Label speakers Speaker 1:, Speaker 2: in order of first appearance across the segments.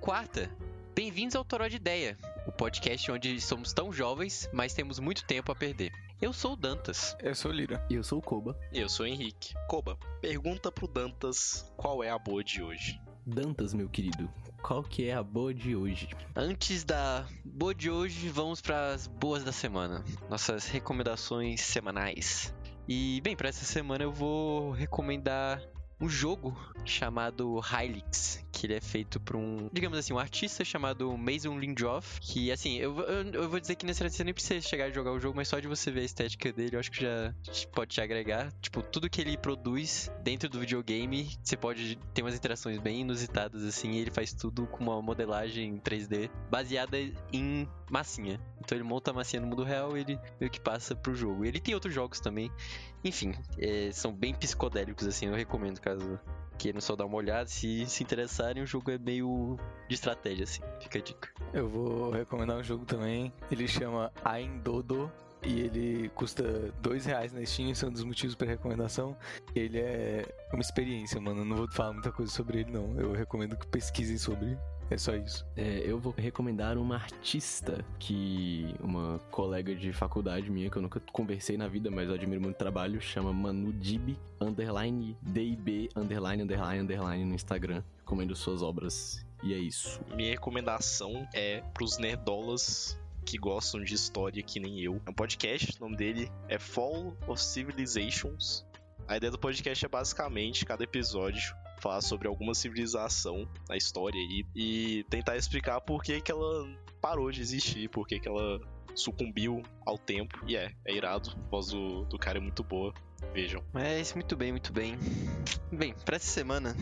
Speaker 1: quarta. Bem-vindos ao Toró de Ideia, o podcast onde somos tão jovens, mas temos muito tempo a perder. Eu sou o Dantas.
Speaker 2: Eu sou o Lira.
Speaker 3: E eu sou o Koba.
Speaker 1: Eu sou o Henrique.
Speaker 4: Koba, pergunta pro Dantas qual é a boa de hoje.
Speaker 3: Dantas, meu querido, qual que é a boa de hoje?
Speaker 1: Antes da boa de hoje, vamos para as boas da semana, nossas recomendações semanais. E bem, para essa semana eu vou recomendar um jogo chamado Hylix, que ele é feito por um, digamos assim, um artista chamado Mason Lindroth, que assim, eu, eu, eu vou dizer que necessariamente você nem precisa chegar a jogar o jogo, mas só de você ver a estética dele, eu acho que já te- pode te agregar. Tipo, tudo que ele produz dentro do videogame, você pode ter umas interações bem inusitadas assim, e ele faz tudo com uma modelagem 3D baseada em massinha. Então ele monta a massinha no mundo real, ele meio que passa pro jogo. Ele tem outros jogos também, enfim, é, são bem psicodélicos, assim, eu recomendo caso queiram só dar uma olhada. Se se interessarem, o jogo é meio de estratégia, assim, fica a dica.
Speaker 2: Eu vou recomendar um jogo também. Ele chama Aindodo. E ele custa dois reais na Steam, isso é um dos motivos pra recomendação. Ele é uma experiência, mano. Eu não vou falar muita coisa sobre ele, não. Eu recomendo que pesquisem sobre. É só isso.
Speaker 3: É, eu vou recomendar uma artista que uma colega de faculdade minha, que eu nunca conversei na vida, mas eu admiro muito o trabalho, chama Manu Dib, underline DIB, underline, underline, underline no Instagram. Recomendo suas obras. E é isso.
Speaker 4: Minha recomendação é pros nerdolas que gostam de história que nem eu. É um podcast, o nome dele é Fall of Civilizations. A ideia do podcast é basicamente cada episódio falar sobre alguma civilização na história e, e tentar explicar por que, que ela parou de existir, por que, que ela sucumbiu ao tempo. E é, é irado. A voz do, do cara é muito boa. Vejam.
Speaker 1: Mas muito bem, muito bem. Bem, pra essa semana,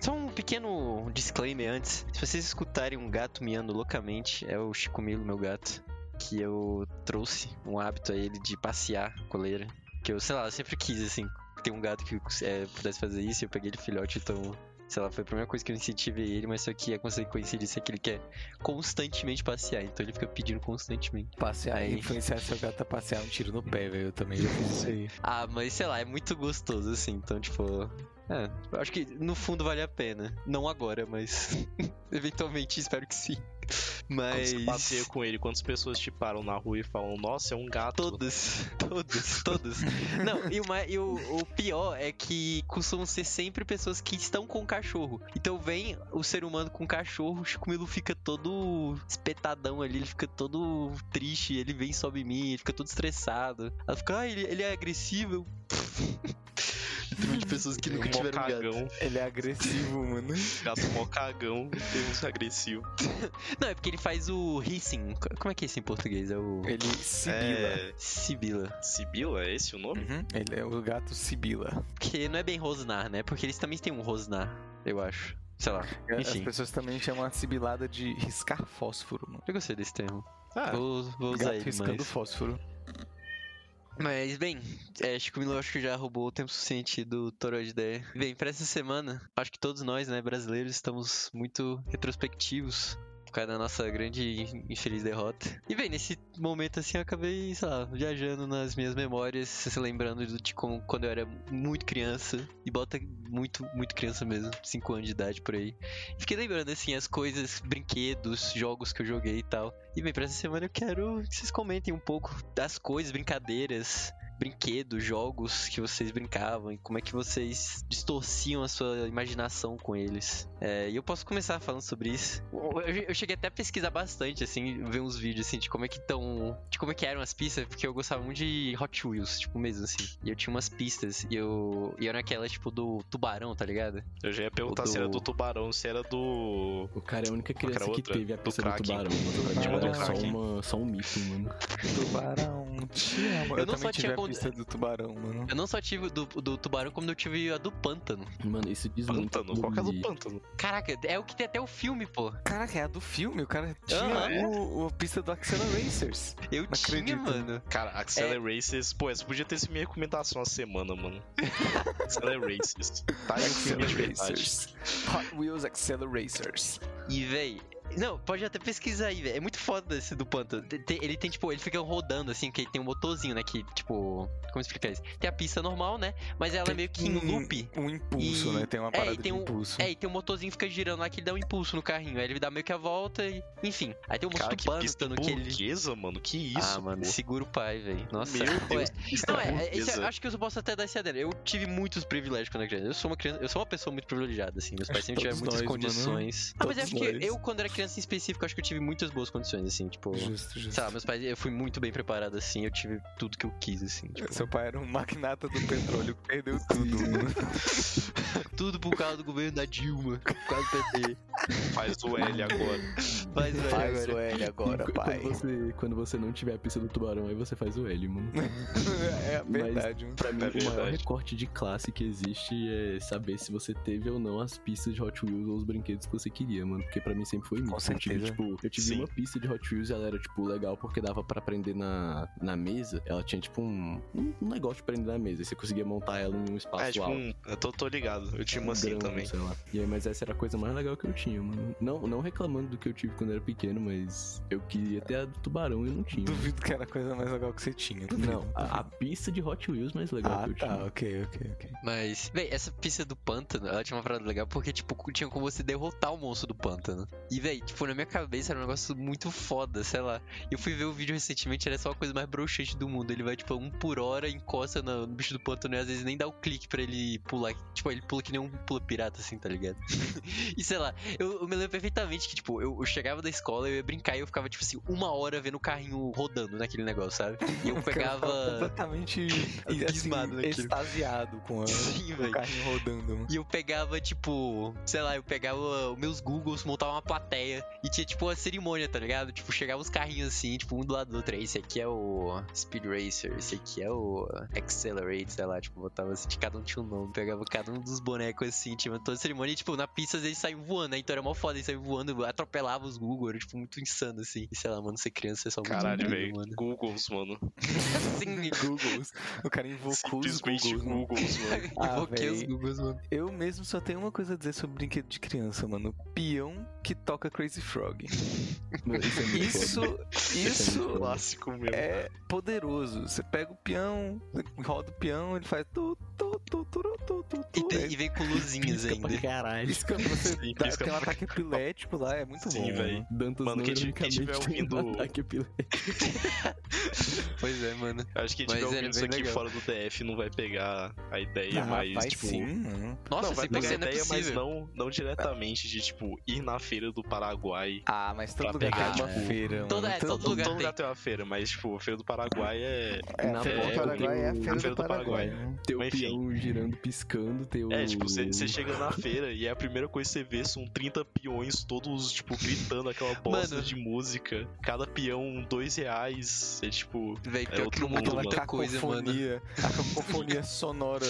Speaker 1: só um pequeno disclaimer antes. Se vocês escutarem um gato miando loucamente, é o Chico Milo, meu gato, que eu trouxe um hábito a ele de passear coleira. Que eu, sei lá, eu sempre quis, assim, ter um gato que é, pudesse fazer isso. Eu peguei ele filhote, então, sei lá, foi a primeira coisa que eu incentivei ele, mas só que a consequência disso é que ele quer constantemente passear, então ele fica pedindo constantemente.
Speaker 2: Passear
Speaker 1: Aí.
Speaker 2: e influenciar seu gato a passear um tiro no pé, velho. Eu também já fiz isso aí.
Speaker 1: Ah, mas sei lá, é muito gostoso assim, então tipo. É, eu acho que no fundo vale a pena. Não agora, mas. eventualmente espero que sim. É
Speaker 4: Quando você
Speaker 1: Mas.
Speaker 4: passeia com ele, quantas pessoas te param na rua e falam, nossa, é um gato.
Speaker 1: Todas, todas, todas. Não, e, o ma- e o, o pior é que costumam ser sempre pessoas que estão com cachorro. Então vem o ser humano com cachorro, o Chico Milo fica todo espetadão ali, ele fica todo triste, ele vem e sobe em mim, ele fica todo estressado. Ela fica, ah, ele, ele é agressivo. Eu, Truque de pessoas que nunca
Speaker 4: Um
Speaker 1: tiveram um gato.
Speaker 4: mocagão.
Speaker 2: Ele é agressivo, mano.
Speaker 4: Gato mocagão, Deus agressivo.
Speaker 1: Não, é porque ele faz o hissing. Co- Como é que é isso em português? É o.
Speaker 2: Ele sibila.
Speaker 4: É.
Speaker 1: Sibila.
Speaker 4: Sibila, é esse o nome?
Speaker 2: Uhum. Ele é o gato sibila.
Speaker 1: Porque não é bem rosnar, né? Porque eles também têm um rosnar, eu acho. Sei lá.
Speaker 2: É, As
Speaker 1: Enfim.
Speaker 2: pessoas também chamam a sibilada de riscar fósforo, mano.
Speaker 1: Eu gostei desse termo.
Speaker 4: Ah,
Speaker 1: vou, vou usar
Speaker 2: Gato
Speaker 1: ele
Speaker 2: riscando
Speaker 1: mais.
Speaker 2: fósforo.
Speaker 1: Mas, bem, é, Chico Milo acho que já roubou o tempo suficiente do Toro de Ideia. Bem, pra essa semana, acho que todos nós, né, brasileiros, estamos muito retrospectivos por causa da nossa grande in- infeliz derrota. E, bem, nesse momento, assim, eu acabei, sei lá, viajando nas minhas memórias, se lembrando do- de como, quando eu era muito criança, e bota muito, muito criança mesmo, 5 anos de idade por aí. Fiquei lembrando, assim, as coisas, brinquedos, jogos que eu joguei e tal. E bem, pra essa semana eu quero que vocês comentem um pouco das coisas, brincadeiras, brinquedos, jogos que vocês brincavam e como é que vocês distorciam a sua imaginação com eles. É, e eu posso começar falando sobre isso. Eu, eu- eu cheguei até a pesquisar bastante, assim, ver uns vídeos, assim, de como é que tão, de como é que eram as pistas, porque eu gostava muito de Hot Wheels, tipo, mesmo, assim. E eu tinha umas pistas e eu, e eu naquela, tipo, do tubarão, tá ligado?
Speaker 4: eu já ia perguntar
Speaker 1: o
Speaker 4: se era
Speaker 1: do-
Speaker 4: do tubarão, se era do.
Speaker 3: O cara é a única criança que
Speaker 4: outra,
Speaker 3: teve a
Speaker 4: do Tipo,
Speaker 3: pista do
Speaker 4: Kraken.
Speaker 3: tubarão. mano.
Speaker 2: Tinha uma do
Speaker 3: Era só,
Speaker 4: Kraken.
Speaker 3: uma, só um mito, mano.
Speaker 2: Tubarão, te amo.
Speaker 1: Eu
Speaker 2: Eu,
Speaker 1: não só
Speaker 2: também tive
Speaker 1: tinha
Speaker 2: a
Speaker 1: con-
Speaker 2: pista do tubarão, mano.
Speaker 1: Eu não só tive do, do tubarão, como eu tive a do pântano.
Speaker 3: Mano, isso diz muito.
Speaker 4: Pântano? Qual que é do
Speaker 3: sobre-
Speaker 4: pântano?
Speaker 1: Caraca, é o que tem até o filme, pô.
Speaker 2: Caraca, é a do filme. O cara tinha
Speaker 1: Aham.
Speaker 2: o, o- a pista do Acceleracers.
Speaker 1: Eu
Speaker 2: Não
Speaker 1: tinha,
Speaker 2: acredito.
Speaker 1: mano.
Speaker 4: Cara, Acceleraces. Pô, essa podia ter sido minha recomendação na semana, mano. Acceleraces. Tá aí o filme de verdade.
Speaker 2: Hot Wheels Acceleracers.
Speaker 1: E, véi, Não, pode até pesquisar aí, velho. É muito foda esse do pântano. Te- te- Ele tem, tipo, ele fica rodando, assim, que ele tem um motorzinho, né? Que, tipo, como explicar isso? Tem a pista normal, né? Mas ela é meio que em
Speaker 2: um-
Speaker 1: loop.
Speaker 2: Um impulso,
Speaker 1: E-
Speaker 2: né? Tem uma
Speaker 1: é,
Speaker 2: parada
Speaker 1: e tem
Speaker 2: de
Speaker 1: um-
Speaker 2: impulso.
Speaker 1: É, e tem um motorzinho que fica girando lá que ele dá um impulso no carrinho. Aí ele dá meio que a volta e. Enfim. Aí tem um moço do
Speaker 4: Cara, que pista
Speaker 1: pântano que ele.
Speaker 4: burguesa, mano. Que isso,
Speaker 1: ah, mano,
Speaker 4: pô.
Speaker 1: segura o pai, velho. Nossa,
Speaker 4: Meu
Speaker 1: pô,
Speaker 4: Deus,
Speaker 1: é-
Speaker 4: que pista
Speaker 1: Não, é, é- isso
Speaker 4: burguesa.
Speaker 1: eu acho que eu posso até dar esse adendo. Eu tive muitos privilégios quando era criança. Eu sou uma criança, eu sou uma pessoa muito privilegiada, assim. Meus pais
Speaker 2: Acho que
Speaker 1: sempre tiveram
Speaker 2: todos
Speaker 1: muitas
Speaker 2: nós, mano.
Speaker 1: condições. Ah, mas eu acho
Speaker 2: Todos
Speaker 1: que
Speaker 2: nós.
Speaker 1: eu, quando era criança em específico, acho que eu tive muitas boas condições, assim, tipo.
Speaker 2: Justo, justo.
Speaker 1: Sei lá, meus pais, eu fui muito bem preparado, assim, eu tive tudo que eu quis, assim. Tipo,
Speaker 2: Seu pai era um magnata do petróleo que perdeu tudo, mano.
Speaker 1: tudo por causa do governo da Dilma, por causa do PT.
Speaker 4: Faz o L agora.
Speaker 1: Mas, velho, agora.
Speaker 2: o L agora,
Speaker 3: Quando você, quando você não tiver a pista do tubarão, aí você faz o L, mano.
Speaker 2: é a
Speaker 3: Mas-
Speaker 2: verdade, mano.
Speaker 3: Pra mim, o maior
Speaker 4: É verdade.
Speaker 3: recorte de classe que existe é saber se você teve ou não as pistas de Hot Wheels ou os brinquedos que você queria, mano. Porque pra mim sempre foi
Speaker 2: Com
Speaker 3: isso. Eu tive,
Speaker 2: certeza.
Speaker 3: tipo, eu tive
Speaker 4: Sim.
Speaker 3: uma pista de Hot Wheels e ela era, tipo, legal porque dava pra prender na, na mesa. Ela tinha, tipo, um, um um negócio de prender na mesa. E você conseguia montar ela em um espaço
Speaker 4: É, tipo,
Speaker 3: alto.
Speaker 4: um... eu tô, tô ligado. Eu tinha uma assim
Speaker 3: grama,
Speaker 4: também.
Speaker 3: sei lá. E aí, mas essa era a coisa mais legal que eu tinha, mano. Não, não reclamando do que eu tive quando era pequeno, mas eu queria ter a do tubarão e não tinha.
Speaker 2: Duvido que era a coisa mais legal que você tinha. duvido.
Speaker 3: Não, a, a pista de Hot Wheels mais legal
Speaker 2: Ah,
Speaker 3: que eu tinha.
Speaker 2: tá, ok, ok, ok.
Speaker 1: Mas, véi, essa pista do pântano, ela tinha uma parada legal porque, tipo, tinha como você derrotar o monstro do pântano. E, véi, tipo, na minha cabeça era um negócio muito foda, sei lá. Eu fui ver o vídeo recentemente, era só a coisa mais broxante do mundo. Ele vai, tipo, um por hora, encosta no, no bicho do pântano e às vezes nem dá o clique pra ele pular. Tipo, ele pula que nem um pula pirata, assim, tá ligado? e sei lá, eu, eu me lembro perfeitamente que, tipo, eu, eu chegava da escola, eu ia brincar e eu ficava, tipo assim, uma hora vendo o carrinho rodando naquele negócio, sabe? E eu
Speaker 2: O cara tava
Speaker 1: pegava.
Speaker 2: completamente
Speaker 1: Abismado
Speaker 2: assim,
Speaker 1: naquilo.
Speaker 2: extasiado com, a-
Speaker 1: Sim,
Speaker 2: com o
Speaker 1: velho.
Speaker 2: carrinho rodando. mano.
Speaker 1: E eu pegava, tipo, sei lá, eu pegava os meus Googles, montava uma plateia e tinha, tipo, uma cerimônia, tá ligado? Tipo, chegava os carrinhos assim, tipo, um do lado do outro. aí, Esse aqui é o Speed Racer, esse aqui é o Accelerate, sei lá, tipo, botava assim, de cada um tinha um nome, pegava cada um dos bonecos assim, tinha toda a cerimônia e, tipo, na pista eles saíam voando, né? Então era mó foda, eles saíam voando, atropelava os Google, era, tipo, muito insano assim. E sei lá, mano, ser criança é só muito
Speaker 4: Caralho,
Speaker 1: doido,
Speaker 4: velho.
Speaker 1: mano.
Speaker 4: Googles, mano.
Speaker 1: Sim,
Speaker 2: Googles. O cara invocou os
Speaker 4: Simplesmente
Speaker 2: Googles. mano.
Speaker 4: Googles, mano.
Speaker 2: Ah,
Speaker 1: invoquei os
Speaker 2: véi.
Speaker 1: Googles, mano.
Speaker 2: Eu mesmo só tenho uma coisa a dizer sobre brinquedo de criança, mano. Peão que toca Crazy Frog.
Speaker 3: Mano, Isso, é muito
Speaker 2: Isso,
Speaker 3: foda.
Speaker 1: é
Speaker 2: isso
Speaker 4: Clássico mesmo.
Speaker 2: é poderoso. Você pega o peão, roda o peão, ele faz tu, tu, tu, tu, tu, tu, tu,
Speaker 1: E,
Speaker 2: tu.
Speaker 1: tem-
Speaker 2: É
Speaker 1: e vem com luzinhas
Speaker 3: Pisca
Speaker 1: ainda.
Speaker 3: pra caralho.
Speaker 2: Isso que você
Speaker 4: Sim,
Speaker 2: dá-
Speaker 4: isso que
Speaker 2: tem um
Speaker 4: eu-
Speaker 2: ataque epilético lá, é muito
Speaker 4: Sim,
Speaker 2: bom.
Speaker 4: velho.
Speaker 2: mano.
Speaker 3: Dantas
Speaker 4: Mano,
Speaker 3: não
Speaker 4: quem ti- quem
Speaker 3: ironicamente
Speaker 4: tiver
Speaker 3: tem um
Speaker 4: ouvindo-
Speaker 3: ataque epilético.
Speaker 1: Pois é, mano.
Speaker 4: Acho que quem
Speaker 1: Mas
Speaker 4: tiver
Speaker 1: era
Speaker 4: ouvindo isso
Speaker 1: bem
Speaker 4: aqui
Speaker 1: legal.
Speaker 4: fora do DF não vai pegar a ideia,
Speaker 2: Ah,
Speaker 4: mas,
Speaker 2: vai
Speaker 4: tipo.
Speaker 2: sim, mano.
Speaker 1: Nossa,
Speaker 4: não, vai
Speaker 1: 100%
Speaker 4: pegar a
Speaker 1: não é
Speaker 4: ideia, mas
Speaker 1: possível.
Speaker 4: não, não diretamente de, tipo, ir na feira do Paraguai.
Speaker 2: Ah, mas todo
Speaker 4: Pra
Speaker 2: lugar tem
Speaker 4: pegar,
Speaker 2: uma
Speaker 4: tipo,
Speaker 2: feira, mano.
Speaker 1: toda- é,
Speaker 2: Todo-
Speaker 1: todo lugar
Speaker 4: Todo lugar tem uma feira, mas, tipo, a feira do Paraguai é.
Speaker 2: É,
Speaker 3: Na
Speaker 2: a feira do
Speaker 4: volta
Speaker 2: Paraguai
Speaker 3: tem
Speaker 2: é
Speaker 3: o-
Speaker 2: a
Speaker 4: a
Speaker 2: feira,
Speaker 4: feira
Speaker 2: do
Speaker 4: do
Speaker 2: Paraguai.
Speaker 4: Paraguai.
Speaker 2: né?
Speaker 3: Teu
Speaker 4: Mas, enfim.
Speaker 3: um peão girando, piscando, um teu...
Speaker 4: É, tipo, você
Speaker 1: Uh.
Speaker 4: você chega na feira e é a primeira coisa que você vê são 30 peões todos, tipo, gritando aquela bosta
Speaker 1: Mano.
Speaker 4: de música. Cada peão, dois reais. É tipo.
Speaker 1: Véi, pior que
Speaker 4: outro
Speaker 1: não
Speaker 4: mundo,
Speaker 1: mudou
Speaker 4: mano.
Speaker 1: muita coisa, mano.
Speaker 2: cacofonia, a cacofonia sonora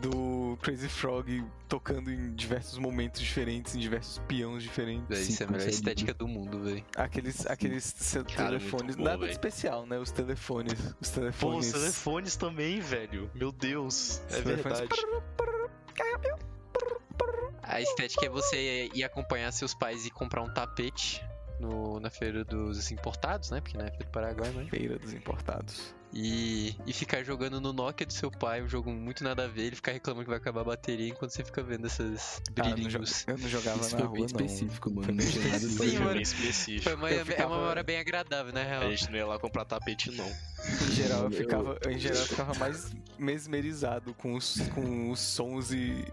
Speaker 2: do Crazy Frog tocando em diversos momentos diferentes, em diversos peões diferentes.
Speaker 1: Véi, isso é a melhor
Speaker 3: consegue.
Speaker 1: estética do mundo, véi.
Speaker 2: Aqueles, aqueles ce-
Speaker 4: Cara,
Speaker 2: telefones,
Speaker 4: muito bom,
Speaker 2: nada
Speaker 4: véi.
Speaker 2: de especial, né? Os telefones, os
Speaker 4: Pô,
Speaker 2: telefones.
Speaker 4: os telefones também, velho. Meu Deus. É
Speaker 2: Os telefones-
Speaker 4: verdade.
Speaker 1: A estética é você ir acompanhar seus pais e comprar um tapete no, na feira dos importados, né? Porque na época do Paraguai, né?
Speaker 2: Feira dos importados.
Speaker 1: E, e ficar jogando no Nokia do seu pai, um jogo muito nada a ver, ele ficar reclamando que vai acabar a bateria enquanto você fica vendo essas
Speaker 2: Ah, eu, não jo-
Speaker 1: brilhinhos.
Speaker 2: eu não jogava
Speaker 3: Isso
Speaker 2: na
Speaker 3: foi
Speaker 2: rua,
Speaker 3: bem
Speaker 2: não.
Speaker 3: específico, mano.
Speaker 2: bem
Speaker 3: Não tinha nada
Speaker 1: específico. Sim,
Speaker 3: disso.
Speaker 4: Foi
Speaker 1: mano.
Speaker 4: bem é específico.
Speaker 1: Foi uma,
Speaker 2: eu
Speaker 1: é
Speaker 2: ficava-
Speaker 1: uma hora bem agradável, na real.
Speaker 4: A gente não ia lá comprar tapete, não.
Speaker 2: Em geral, eu
Speaker 3: Eu-
Speaker 2: ficava, em geral, eu ficava mais mesmerizado com os, com os sons e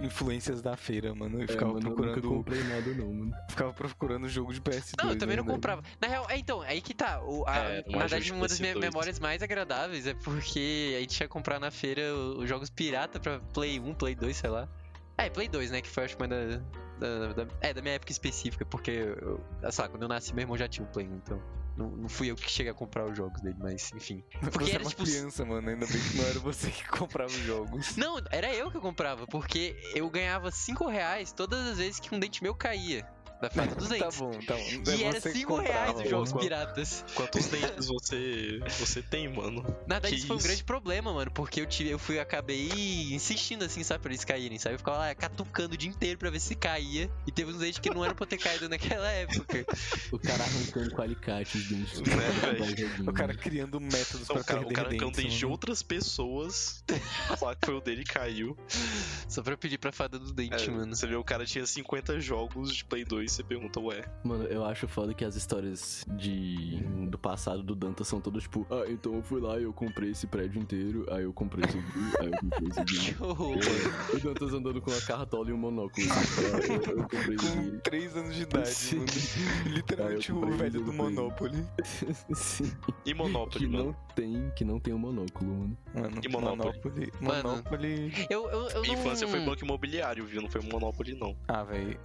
Speaker 2: influências da feira, mano. Eu
Speaker 3: É,
Speaker 2: ficava
Speaker 3: mano, eu nunca
Speaker 2: procurando
Speaker 3: comprei nada, não, mano.
Speaker 2: Ficava procurando jogo de PS2.
Speaker 1: Não, eu também
Speaker 2: né,
Speaker 1: não
Speaker 2: velho?
Speaker 1: comprava. Na real, é então, aí que tá. O, a-
Speaker 4: É, não
Speaker 1: na
Speaker 4: é
Speaker 1: verdade,
Speaker 4: justo
Speaker 1: uma das
Speaker 4: esse
Speaker 1: minhas
Speaker 4: dois.
Speaker 1: memórias mais agradáveis é porque a gente ia comprar na feira o- os jogos pirata pra Play 1, Play 2, sei lá. É, Play 2, né? Que foi acho que uma da, da- da- É, da minha época específica, porque eu, eu- sei lá, quando eu nasci, meu irmão já tinha o Play 1, então. Não, não fui eu que cheguei a comprar os jogos dele, mas enfim. Porque
Speaker 2: você
Speaker 1: era
Speaker 2: era uma
Speaker 1: tipo.
Speaker 2: criança, mano. Ainda bem que não era você que comprava os jogos.
Speaker 1: Não, era eu que comprava, porque eu ganhava 5 reais todas as vezes que um dente meu caía. Da Fada dos
Speaker 2: Tá
Speaker 1: Dentes.
Speaker 2: bom, tá bom. É
Speaker 1: E era
Speaker 2: você que
Speaker 1: 5 reais
Speaker 2: comprava,
Speaker 1: os jogos
Speaker 2: pô.
Speaker 1: piratas.
Speaker 4: Quantos dentes você, você tem, mano?
Speaker 1: Na verdade,
Speaker 4: Que
Speaker 1: isso foi um
Speaker 4: isso?
Speaker 1: grande problema, mano. Porque eu tive, eu fui, eu acabei insistindo assim, sabe, pra eles caírem, sabe? Eu ficava lá catucando o dia inteiro pra ver se caía. E teve uns dentes que não eram pra eu ter caído naquela época.
Speaker 3: O cara arrancando com alicate um os dentes.
Speaker 4: Né, velho?
Speaker 2: O cara criando métodos
Speaker 4: Não,
Speaker 2: pra
Speaker 4: Então, o cara, o
Speaker 2: perder
Speaker 4: cara é um arrancando
Speaker 2: dentes,
Speaker 4: dente de
Speaker 2: mano.
Speaker 4: outras pessoas. Falar que foi o dele e caiu.
Speaker 1: Só pra eu pedir pra fada do dente,
Speaker 4: É,
Speaker 1: mano.
Speaker 4: Você vê, o cara tinha 50 jogos de Play 2 e você pergunta, ué.
Speaker 3: Mano, eu acho foda que as histórias de do passado do Danta são todas tipo, ah, então eu fui lá e eu comprei esse prédio inteiro, aí eu comprei esse aqui, aí eu comprei esse aqui.
Speaker 1: Que horror, mano.
Speaker 3: É, O Dantas andando com uma cartola e um monóculo. assim, "Ah, eu, eu comprei isso
Speaker 2: Com
Speaker 3: aqui.
Speaker 2: 3 anos de idade,
Speaker 3: Sim.
Speaker 2: mano. Literalmente
Speaker 3: Ah, eu
Speaker 2: o
Speaker 3: comprei,
Speaker 2: velho
Speaker 3: eu
Speaker 2: do
Speaker 3: comprei.
Speaker 2: Monopoly.
Speaker 3: Sim,
Speaker 4: E Monopoly,
Speaker 3: que
Speaker 4: mano.
Speaker 3: não tem, que não tem o monóculo, mano.
Speaker 2: Mano,
Speaker 4: E Monopoly?
Speaker 2: Monopoly.
Speaker 1: Mano.
Speaker 2: Monopoly-
Speaker 1: Eu, eu, eu
Speaker 4: Minha
Speaker 1: não...
Speaker 4: infância foi banco imobiliário, viu? Não foi Monopoly, não.
Speaker 2: Ah, velho.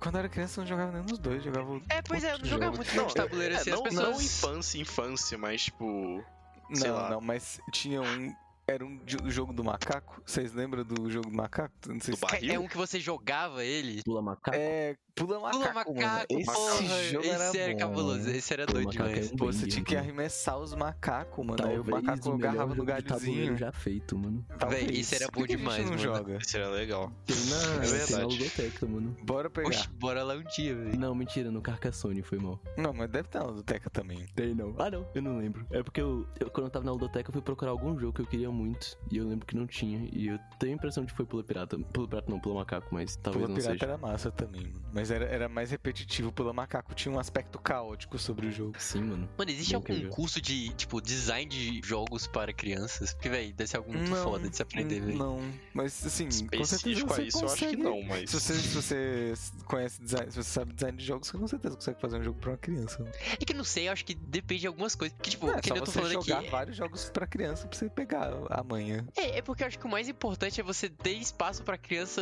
Speaker 2: Quando eu era criança, eu não jogava nem nos dois, eu jogava. o-
Speaker 1: É, pois é, eu não
Speaker 2: outro
Speaker 1: jogava
Speaker 2: jogo.
Speaker 1: muito jogo de tabuleiro
Speaker 4: É,
Speaker 1: assim.
Speaker 4: não,
Speaker 1: as pessoas...
Speaker 4: não infância, infância, mas tipo. sei
Speaker 2: não,
Speaker 4: lá.
Speaker 2: não, mas tinha um. Era um jo- jogo do macaco. Vocês lembram do jogo do macaco? Não sei
Speaker 4: Do
Speaker 2: se.
Speaker 4: barril?
Speaker 1: É um que você jogava ele.
Speaker 3: Pula macaco.
Speaker 2: É, pula macaco.
Speaker 1: Pula
Speaker 2: mano.
Speaker 1: macaco,
Speaker 2: Esse
Speaker 1: porra.
Speaker 2: jogo
Speaker 1: esse
Speaker 2: era,
Speaker 1: era
Speaker 2: bom.
Speaker 1: cabuloso, esse era
Speaker 3: Pula
Speaker 1: doido
Speaker 3: macaco
Speaker 1: demais.
Speaker 3: é um
Speaker 2: Pô, você
Speaker 3: bem
Speaker 2: tinha que
Speaker 3: lindo.
Speaker 2: arremessar os macacos, mano. Aí o
Speaker 3: Talvez
Speaker 2: macaco
Speaker 3: o melhor
Speaker 2: agarrava no
Speaker 3: jogo de tabuleiro
Speaker 2: galhozinho.
Speaker 3: já feito, mano.
Speaker 1: Véi,
Speaker 2: Talvez.
Speaker 1: esse era
Speaker 2: Por
Speaker 1: bom
Speaker 2: que que
Speaker 1: demais,
Speaker 2: a gente não
Speaker 1: mano.
Speaker 2: joga?
Speaker 4: Esse era legal.
Speaker 3: Tem na,
Speaker 4: É
Speaker 3: tem na
Speaker 4: verdade.
Speaker 3: ludoteca, mano.
Speaker 2: Bora pegar.
Speaker 1: Oxi, bora lá um dia, velho.
Speaker 3: Não, mentira, no Carcassonne foi mal.
Speaker 2: Não, mas deve estar na ludoteca também.
Speaker 3: Tem não. Ah não, eu não lembro. É porque eu, eu- quando eu tava na ludoteca, eu fui procurar algum jogo que eu queria muito. E eu lembro que não tinha. E eu tenho a impressão de que foi pula pirata. Pula pirata não, pula macaco, mas talvez
Speaker 2: Pula
Speaker 3: não
Speaker 2: pirata
Speaker 3: seja.
Speaker 2: era massa também, mano. Mas era, era mais repetitivo. Pula macaco tinha um aspecto caótico sobre o jogo.
Speaker 3: Sim, mano.
Speaker 1: Mano,
Speaker 2: É
Speaker 1: existe
Speaker 3: Bom que
Speaker 1: algum
Speaker 3: eu-
Speaker 1: curso de, tipo, design de jogos para crianças? Porque, velho, deve ser algo muito
Speaker 2: Não,
Speaker 1: foda de se aprender,
Speaker 2: Hum,
Speaker 1: velho.
Speaker 2: Não, mas assim, com certeza
Speaker 4: Específico a
Speaker 2: você
Speaker 4: isso, eu acho que
Speaker 2: consegue...
Speaker 4: não, mas.
Speaker 2: Se você, se você s- conhece design, se você sabe design de jogos, você com certeza consegue fazer um jogo pra uma criança. mano.
Speaker 1: É que eu não sei, eu acho que depende de algumas coisas. Porque, tipo,
Speaker 2: Não, é
Speaker 1: que
Speaker 2: só
Speaker 1: nem eu tô
Speaker 2: você
Speaker 1: falando
Speaker 2: jogar
Speaker 1: aqui.
Speaker 2: vários jogos pra criança pra você pegar a manha.
Speaker 1: É, é porque eu acho que o mais importante é você ter espaço pra criança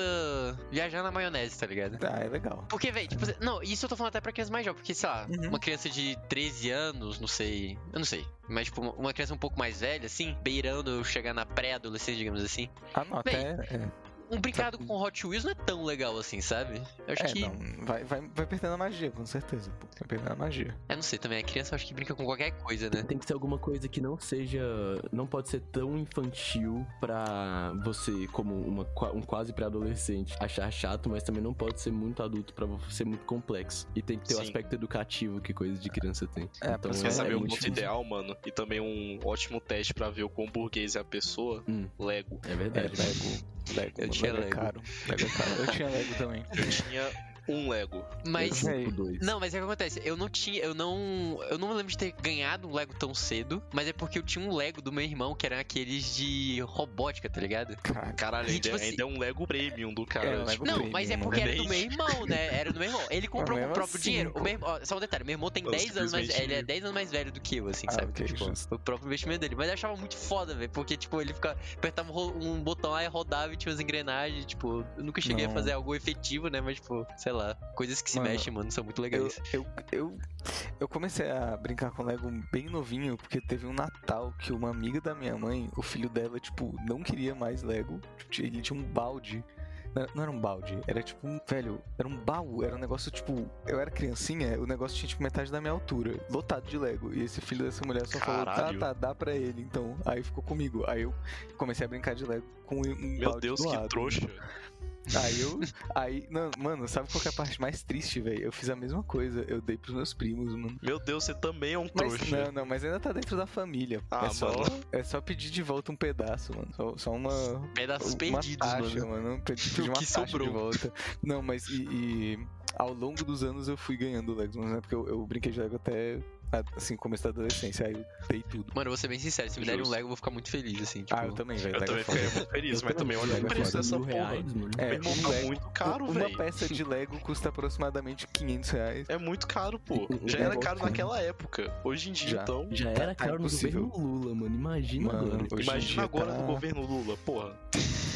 Speaker 1: viajar na maionese, tá ligado?
Speaker 2: Ah, é legal.
Speaker 1: Porque, velho, tipo, você- não, isso eu tô falando até pra crianças mais jovens, porque, sei lá,
Speaker 2: Uhum.
Speaker 1: uma criança de 13 anos, não sei, eu não sei, mas, tipo, uma- uma criança um pouco mais velha, assim, beirando eu chegar na pré-adolescência, digamos assim,
Speaker 2: Ah, não, até...
Speaker 1: Bem,
Speaker 2: É,
Speaker 1: um brincado com Hot Wheels não é tão legal assim, sabe? Eu acho
Speaker 2: é,
Speaker 1: que,
Speaker 2: não, vai, vai, vai perdendo a magia, com certeza. pô. Vai perdendo a magia.
Speaker 1: eu não sei também, a criança eu acho que brinca com qualquer coisa, né?
Speaker 3: Tem que ser alguma coisa que não seja. Não pode ser tão infantil pra você, como uma qua- um quase pré-adolescente, achar chato, mas também não pode ser muito adulto pra ser muito complexo. E tem que ter o
Speaker 4: Sim.
Speaker 3: aspecto educativo que coisa de criança tem.
Speaker 2: É, pra
Speaker 4: Então, Você quer
Speaker 2: é,
Speaker 4: saber
Speaker 2: é
Speaker 4: o
Speaker 2: muito
Speaker 4: ponto
Speaker 3: difícil.
Speaker 4: ideal, mano? E também um ótimo teste pra ver o quão burguês é a pessoa?
Speaker 3: Hum.
Speaker 4: Lego.
Speaker 3: É
Speaker 2: É,
Speaker 3: verdade.
Speaker 2: Lego. Lego,
Speaker 1: Eu
Speaker 2: mano,
Speaker 1: tinha
Speaker 2: É
Speaker 1: Lego.
Speaker 2: caro. Lego é caro. Eu tinha Lego também.
Speaker 4: Eu tinha um Lego.
Speaker 1: Mas,
Speaker 2: sei.
Speaker 3: Tipo dois.
Speaker 1: Não, mas é o que acontece. Eu não tinha, eu não, eu não me lembro de ter ganhado um Lego tão cedo, mas é porque eu tinha um Lego do meu irmão que era aqueles de robótica, tá ligado?
Speaker 2: Caraca.
Speaker 4: Caralho,
Speaker 1: E,
Speaker 4: ainda,
Speaker 1: tipo assim-
Speaker 4: ainda é um Lego Premium do cara.
Speaker 2: É, um
Speaker 4: tipo,
Speaker 2: Lego
Speaker 1: Não,
Speaker 2: Premium,
Speaker 1: mas é
Speaker 2: né?
Speaker 1: porque era do
Speaker 4: Também.
Speaker 1: meu irmão, né? Era do meu irmão. Ele comprou com
Speaker 2: mesmo
Speaker 1: o próprio
Speaker 2: assim,
Speaker 1: dinheiro. O
Speaker 2: pô.
Speaker 1: meu irmão- ó, só um detalhe, meu irmão tem
Speaker 4: Eu
Speaker 1: 10 anos mais,
Speaker 4: simplesmente-
Speaker 1: ele é 10 anos mais velho do que eu, assim,
Speaker 2: Ah,
Speaker 1: sabe?
Speaker 2: ok,
Speaker 1: tipo,
Speaker 2: justo.
Speaker 1: o próprio investimento dele. Mas eu achava muito foda, velho, porque tipo, ele ficava apertava um ro- um botão lá e rodava e tinha umas engrenagens, tipo, eu nunca cheguei a
Speaker 2: Não.
Speaker 1: fazer algo efetivo, né? Mas tipo, sei lá, coisas que se
Speaker 2: Mano,
Speaker 1: mexem, mano, são muito
Speaker 2: Eu,
Speaker 1: legais.
Speaker 2: eu, eu, eu comecei a brincar com Lego bem novinho, porque teve um Natal que uma amiga da minha mãe, o filho dela, tipo, não queria mais Lego. Tipo, Ele tinha um balde. Não era- não era um balde, era tipo um, velho, era um baú, era um negócio tipo, eu era criancinha, o negócio tinha tipo metade da minha altura, lotado de Lego, e esse filho dessa mulher só falou,
Speaker 4: Caralho.
Speaker 2: tá, tá, dá pra ele, então, aí ficou comigo, aí eu comecei a brincar de Lego com um
Speaker 4: Meu
Speaker 2: balde
Speaker 4: Deus,
Speaker 2: do
Speaker 4: que
Speaker 2: lado.
Speaker 4: trouxa.
Speaker 2: Aí eu. Aí, não, mano, sabe qual que é a parte mais triste, velho? Eu fiz a mesma coisa, eu dei pros meus primos, mano.
Speaker 4: Meu Deus, você também é um trouxa.
Speaker 2: Mas, não, não, mas ainda tá dentro da família.
Speaker 4: Ah,
Speaker 2: é, só,
Speaker 4: mano.
Speaker 2: é só pedir de volta um pedaço, mano. Só, só uma.
Speaker 1: Pedaços
Speaker 2: uma
Speaker 1: perdidos, mano.
Speaker 2: taxa, mano. Pedir pedir
Speaker 1: O
Speaker 2: uma
Speaker 1: que
Speaker 2: taxa
Speaker 1: sobrou.
Speaker 2: de volta. Não, mas e, e ao longo dos anos eu fui ganhando Legos, mas não é porque eu, eu brinquei de Lego até assim, começo da adolescência, aí eu dei tudo.
Speaker 1: Mano, eu vou ser bem sincero, se me derem um
Speaker 4: Justo.
Speaker 1: Lego, eu vou ficar muito feliz, assim. Tipo,
Speaker 2: Ah, eu também, velho.
Speaker 4: Eu
Speaker 2: Lego é
Speaker 4: também
Speaker 2: foda.
Speaker 4: ficaria muito feliz, mas também olha o
Speaker 3: Lego é
Speaker 4: preço
Speaker 3: foda,
Speaker 4: dessa
Speaker 3: mil
Speaker 4: porra.
Speaker 3: reais, mano.
Speaker 2: É,
Speaker 4: Meu irmão,
Speaker 2: um
Speaker 4: tá
Speaker 2: Lego-
Speaker 4: muito caro,
Speaker 2: Uma
Speaker 4: velho.
Speaker 2: peça de Lego custa aproximadamente 500 reais.
Speaker 4: É muito caro, pô.
Speaker 3: Um- um
Speaker 4: Já era
Speaker 3: negócio,
Speaker 4: caro
Speaker 3: né?
Speaker 4: naquela época. Hoje em dia,
Speaker 2: Já.
Speaker 4: então.
Speaker 3: Já
Speaker 2: Tá-
Speaker 3: era
Speaker 2: tá
Speaker 3: caro no
Speaker 2: impossível.
Speaker 3: governo Lula, mano. Imagina
Speaker 2: Mano,
Speaker 3: agora.
Speaker 2: hoje em
Speaker 4: Imagina
Speaker 2: dia
Speaker 4: agora
Speaker 2: tá-
Speaker 4: no governo Lula, porra.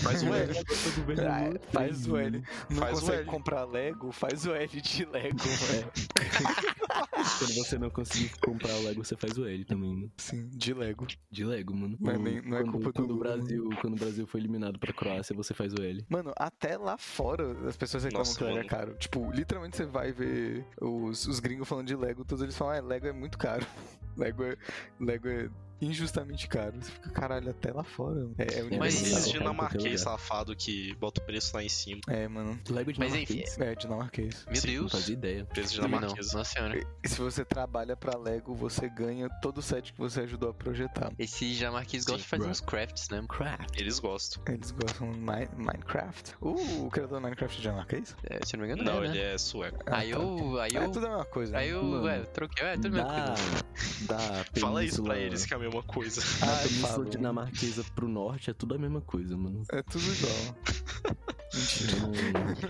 Speaker 4: Faz um L.
Speaker 2: Ah, faz o L. É, Não
Speaker 4: Faz o
Speaker 2: consegue
Speaker 4: L.
Speaker 2: comprar Lego? Faz o L de Lego, mano.
Speaker 3: Quando você não conseguir comprar o Lego, você faz o L também, né?
Speaker 2: Sim, de Lego.
Speaker 3: De Lego, mano.
Speaker 2: Não é
Speaker 3: O-
Speaker 2: nem- não é
Speaker 3: quando,
Speaker 2: culpa do
Speaker 3: quando o
Speaker 2: Lula,
Speaker 3: Brasil, quando o Brasil foi eliminado pra Croácia, você faz o L.
Speaker 2: Mano, até lá fora as pessoas reclamam
Speaker 4: Nossa,
Speaker 2: que Lego é
Speaker 4: mano.
Speaker 2: caro. Tipo, literalmente você vai ver os, os gringos falando de Lego, todos eles falam, ah, Lego é muito caro. Lego é, Lego é injustamente caro. Você fica, caralho, até lá fora. É, é
Speaker 4: Mas
Speaker 3: Mas
Speaker 4: esses
Speaker 2: universal.
Speaker 3: tá, cara, qualquer
Speaker 4: dinamarquês
Speaker 3: lugar.
Speaker 4: safado que bota o preço lá em cima.
Speaker 2: É, mano.
Speaker 3: Lego de
Speaker 1: Mas enfim,
Speaker 2: É dinamarquês.
Speaker 1: Meu
Speaker 4: Sim,
Speaker 3: Não
Speaker 1: Deus.
Speaker 3: fazia ideia.
Speaker 4: Preço
Speaker 1: Também não,
Speaker 4: dinamarquês.
Speaker 1: nossa senhora.
Speaker 2: E se você trabalha pra Lego, você ganha todo o set que você ajudou a projetar.
Speaker 1: Esse dinamarquês
Speaker 4: Sim,
Speaker 1: gosta de fazer
Speaker 3: bruh.
Speaker 1: uns crafts, né?
Speaker 3: Crap.
Speaker 4: Eles gostam.
Speaker 2: Eles gostam de Mi- Minecraft. Uh, o criador do Minecraft é dinamarquês?
Speaker 1: É, se eu não me engano,
Speaker 4: Não,
Speaker 1: é, né?
Speaker 4: ele é sueco.
Speaker 2: Ah,
Speaker 1: Aí
Speaker 2: tá.
Speaker 1: eu. Aí
Speaker 2: É
Speaker 1: eu.
Speaker 2: tudo a mesma coisa.
Speaker 1: Aí
Speaker 2: né?
Speaker 1: eu.
Speaker 3: Mano.
Speaker 1: É, troquei. É, tudo mesmo.
Speaker 3: Da, da
Speaker 4: Fala isso pra
Speaker 3: península-
Speaker 4: eles que é a mesma coisa.
Speaker 3: Da
Speaker 2: Ah,
Speaker 3: península
Speaker 2: falo.
Speaker 3: dinamarquesa pro norte é tudo a mesma coisa, mano.
Speaker 2: É tudo igual. Mentira.
Speaker 3: Hum.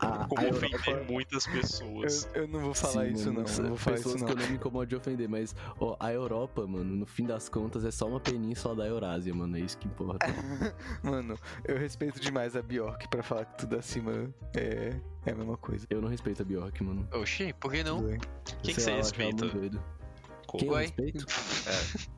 Speaker 3: A-
Speaker 4: Como
Speaker 3: a
Speaker 4: ofender muitas pessoas.
Speaker 2: Eu, eu não vou falar
Speaker 3: Ah, Sim,
Speaker 2: isso,
Speaker 3: mano,
Speaker 2: não. Eu não vou falar
Speaker 3: pessoas
Speaker 2: isso, não.
Speaker 3: que eu não me incomodo de ofender, mas ó, a Europa, mano, no fim das contas é só uma península da Eurásia, mano, é isso que importa.
Speaker 2: Mano, eu respeito demais a Bjork pra falar que tudo acima é, é a mesma coisa.
Speaker 3: Eu não respeito a Bjork, mano.
Speaker 1: Oxi, por que não?
Speaker 2: Tudo bem.
Speaker 4: Quem que
Speaker 3: Sei
Speaker 4: você
Speaker 3: lá, eu acho ela
Speaker 4: respeita?
Speaker 3: muito doida. Quem eu
Speaker 1: Ué?
Speaker 3: respeito?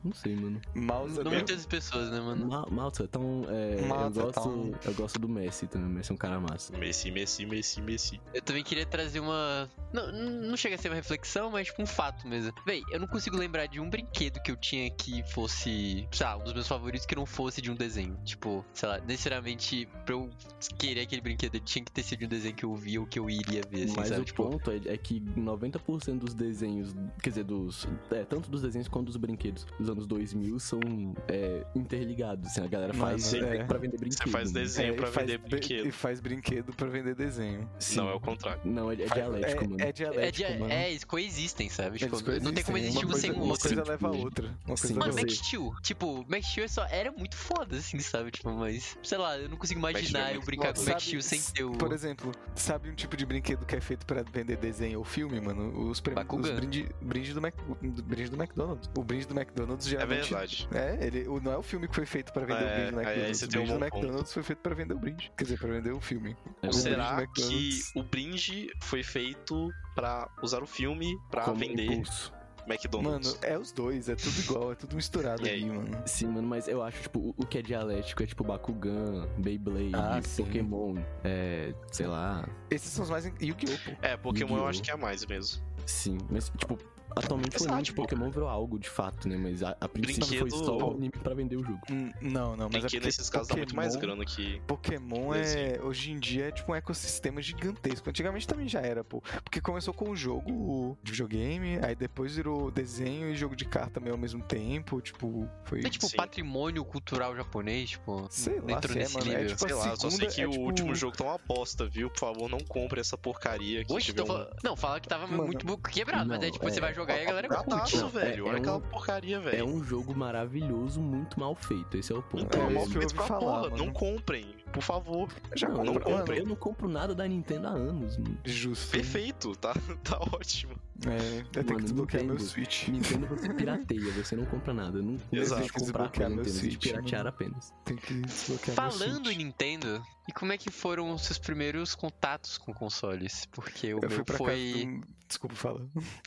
Speaker 3: Não sei, mano.
Speaker 2: Mouse
Speaker 1: Não
Speaker 2: é não,
Speaker 1: muitas pessoas, né, mano?
Speaker 3: Ma- Malta, então, é, eu,
Speaker 2: Malta,
Speaker 3: gosto,
Speaker 2: então.
Speaker 3: eu gosto do Messi também, o Messi é um cara massa.
Speaker 4: Messi, Messi, Messi, Messi.
Speaker 1: Eu também queria trazer uma. Não, não chega a ser uma reflexão, mas tipo um fato mesmo. Véi, eu não consigo lembrar de um brinquedo que eu tinha que fosse, sei lá, um dos meus favoritos que não fosse de um desenho. Tipo, sei lá, necessariamente pra eu querer aquele brinquedo, ele tinha que ter sido de um desenho que eu via ou que eu iria ver, assim,
Speaker 3: Mas
Speaker 1: sabe?
Speaker 3: o
Speaker 1: Tipo,
Speaker 3: ponto é, é que 90% dos desenhos, quer dizer, dos. É, tanto dos desenhos quanto dos brinquedos dos anos 2000 são é, interligados. Assim, a galera faz
Speaker 2: Mano,
Speaker 3: desenho
Speaker 2: é.
Speaker 3: pra vender brinquedo. né?
Speaker 4: Você né? É, faz
Speaker 3: mano.
Speaker 4: desenho
Speaker 2: e
Speaker 4: pra
Speaker 2: faz
Speaker 4: vender
Speaker 2: br-
Speaker 4: brinquedo.
Speaker 2: E faz brinquedo pra vender desenho.
Speaker 3: Sim.
Speaker 4: Não, é o contrário.
Speaker 3: Não, é, é dialético,
Speaker 2: é,
Speaker 3: mano.
Speaker 2: É
Speaker 1: é,
Speaker 2: dialético,
Speaker 1: de,
Speaker 2: mano.
Speaker 1: é, eles coexistem, sabe? Tipo,
Speaker 2: Eles
Speaker 1: não tem como
Speaker 2: coexistem, é
Speaker 1: existir um
Speaker 2: uma
Speaker 1: sem o
Speaker 2: coisa- Uma
Speaker 1: outro.
Speaker 2: coisa
Speaker 3: Sim,
Speaker 2: leva a
Speaker 3: tipo,
Speaker 2: outra. Uma coisa
Speaker 3: sim.
Speaker 2: leva a
Speaker 1: Mano,
Speaker 2: outra.
Speaker 3: Você-
Speaker 1: Max Steel, tipo, Max Steel só era muito foda, assim, sabe? Tipo, mas, sei lá, eu não consigo
Speaker 4: Steel é
Speaker 1: imaginar eu
Speaker 4: muito
Speaker 1: brincar com
Speaker 4: foda.
Speaker 1: Max
Speaker 2: Sabe-
Speaker 1: Steel sem ter o.
Speaker 2: Por exemplo, sabe um tipo de brinquedo que é feito pra vender desenho ou filme, mano? Os, prêmios, os
Speaker 1: Bakugan.
Speaker 2: brinde, brinde, do Mac, do- brinde do McDonald's. O brinde do McDonald's
Speaker 4: É
Speaker 2: geralmente...
Speaker 4: verdade.
Speaker 2: É, ele, o- não é o filme que foi feito pra vender
Speaker 4: É,
Speaker 2: o brinde do
Speaker 4: aí
Speaker 2: McDonald's.
Speaker 4: você
Speaker 2: o
Speaker 4: tem um
Speaker 2: brinde do
Speaker 4: bom ponto.
Speaker 2: McDonald's foi feito pra vender o brinde. Quer dizer, pra vender o filme.
Speaker 3: É,
Speaker 2: Você-
Speaker 3: um-
Speaker 4: Será
Speaker 2: brinde do
Speaker 4: que
Speaker 2: McDonald's.
Speaker 4: o brinde foi feito pra usar o filme pra
Speaker 3: como um
Speaker 4: vender
Speaker 3: impulso.
Speaker 4: McDonald's?
Speaker 2: Mano, é os dois, é tudo igual, é tudo misturado
Speaker 4: E aí?
Speaker 2: ali, mano.
Speaker 3: Sim, mano, mas eu acho, tipo, o, o que é dialético é tipo Bakugan, Beyblade,
Speaker 2: Ah, sim.
Speaker 3: Pokémon, é, sei lá.
Speaker 2: Esses são os mais. E o Gyopo.
Speaker 4: É, Pokémon eu
Speaker 3: Yu-Gi-Oh!
Speaker 4: acho que é mais mesmo.
Speaker 3: Sim, mas tipo, atualmente
Speaker 4: Sei
Speaker 3: o
Speaker 4: lá,
Speaker 3: anime de
Speaker 4: tipo-
Speaker 3: Pokémon virou algo de fato, né? Mas a, a princípio foi
Speaker 4: Brinquedo-
Speaker 3: só o anime pra vender o jogo.
Speaker 4: Hum,
Speaker 2: Não, não, mas
Speaker 4: Tem
Speaker 2: é
Speaker 4: que
Speaker 2: porque
Speaker 4: nesses casos dá muito mais
Speaker 2: Pokémon-
Speaker 4: grana que.
Speaker 2: Pokémon é. Hoje em dia é tipo um ecossistema gigantesco. Antigamente também já era, pô. Porque começou com o jogo de videogame, aí depois virou desenho e jogo de carta também ao mesmo tempo. Tipo, foi.
Speaker 1: É tipo
Speaker 4: Sim.
Speaker 1: patrimônio cultural japonês, tipo.
Speaker 2: Sei lá,
Speaker 1: entrou
Speaker 2: se é,
Speaker 1: nesse
Speaker 2: mano. É
Speaker 1: nível.
Speaker 2: tipo
Speaker 4: Sei
Speaker 2: a
Speaker 4: lá, eu só sei
Speaker 2: segunda-
Speaker 4: que
Speaker 2: é,
Speaker 4: o
Speaker 2: tipo,
Speaker 4: último jogo tá uma aposta, viu? Por favor, não compre essa porcaria que
Speaker 1: Hoje
Speaker 4: tiver
Speaker 1: tô
Speaker 4: um
Speaker 1: falando. Não, fala que tava
Speaker 2: Mano,
Speaker 1: muito bu- quebrado, mas
Speaker 3: não,
Speaker 1: é tipo, você
Speaker 3: é-
Speaker 1: vai jogar e a galera
Speaker 4: Tá
Speaker 1: curte.
Speaker 4: dado,
Speaker 3: Não,
Speaker 4: velho.
Speaker 3: é-
Speaker 4: Olha
Speaker 3: é
Speaker 4: aquela
Speaker 3: um-
Speaker 4: porcaria,
Speaker 3: É
Speaker 4: velho.
Speaker 3: um jogo maravilhoso, muito mal feito. Esse é o ponto.
Speaker 4: Então,
Speaker 2: É,
Speaker 4: mal
Speaker 2: isso que eu
Speaker 4: feito
Speaker 2: ouvi
Speaker 4: pra
Speaker 2: falar,
Speaker 4: porra.
Speaker 2: mano.
Speaker 4: Não comprem, por favor.
Speaker 2: Já
Speaker 3: Não, eu,
Speaker 4: não
Speaker 2: comprou, mano.
Speaker 4: comprei.
Speaker 3: eu não compro nada da Nintendo há anos, mano.
Speaker 2: Justo.
Speaker 4: Perfeito, tá, tá ótimo.
Speaker 2: É, eu tenho
Speaker 3: Mano,
Speaker 2: que desbloquear
Speaker 3: Nintendo.
Speaker 2: meu Switch.
Speaker 3: Nintendo você pirateia, você não compra nada. Não
Speaker 4: Exato.
Speaker 3: existe comprar
Speaker 2: Desbloquear
Speaker 3: coisa
Speaker 2: meu
Speaker 3: Nintendo, existe
Speaker 2: Switch, né?
Speaker 3: piratear
Speaker 2: mano.
Speaker 3: apenas.
Speaker 2: Tem que desbloquear meu
Speaker 1: Falando em
Speaker 2: Switch.
Speaker 1: Nintendo, e como é que foram os seus primeiros contatos com consoles? Porque o
Speaker 2: Eu fui
Speaker 1: meu
Speaker 2: pra
Speaker 1: foi.
Speaker 2: casa. do- Desculpa falar.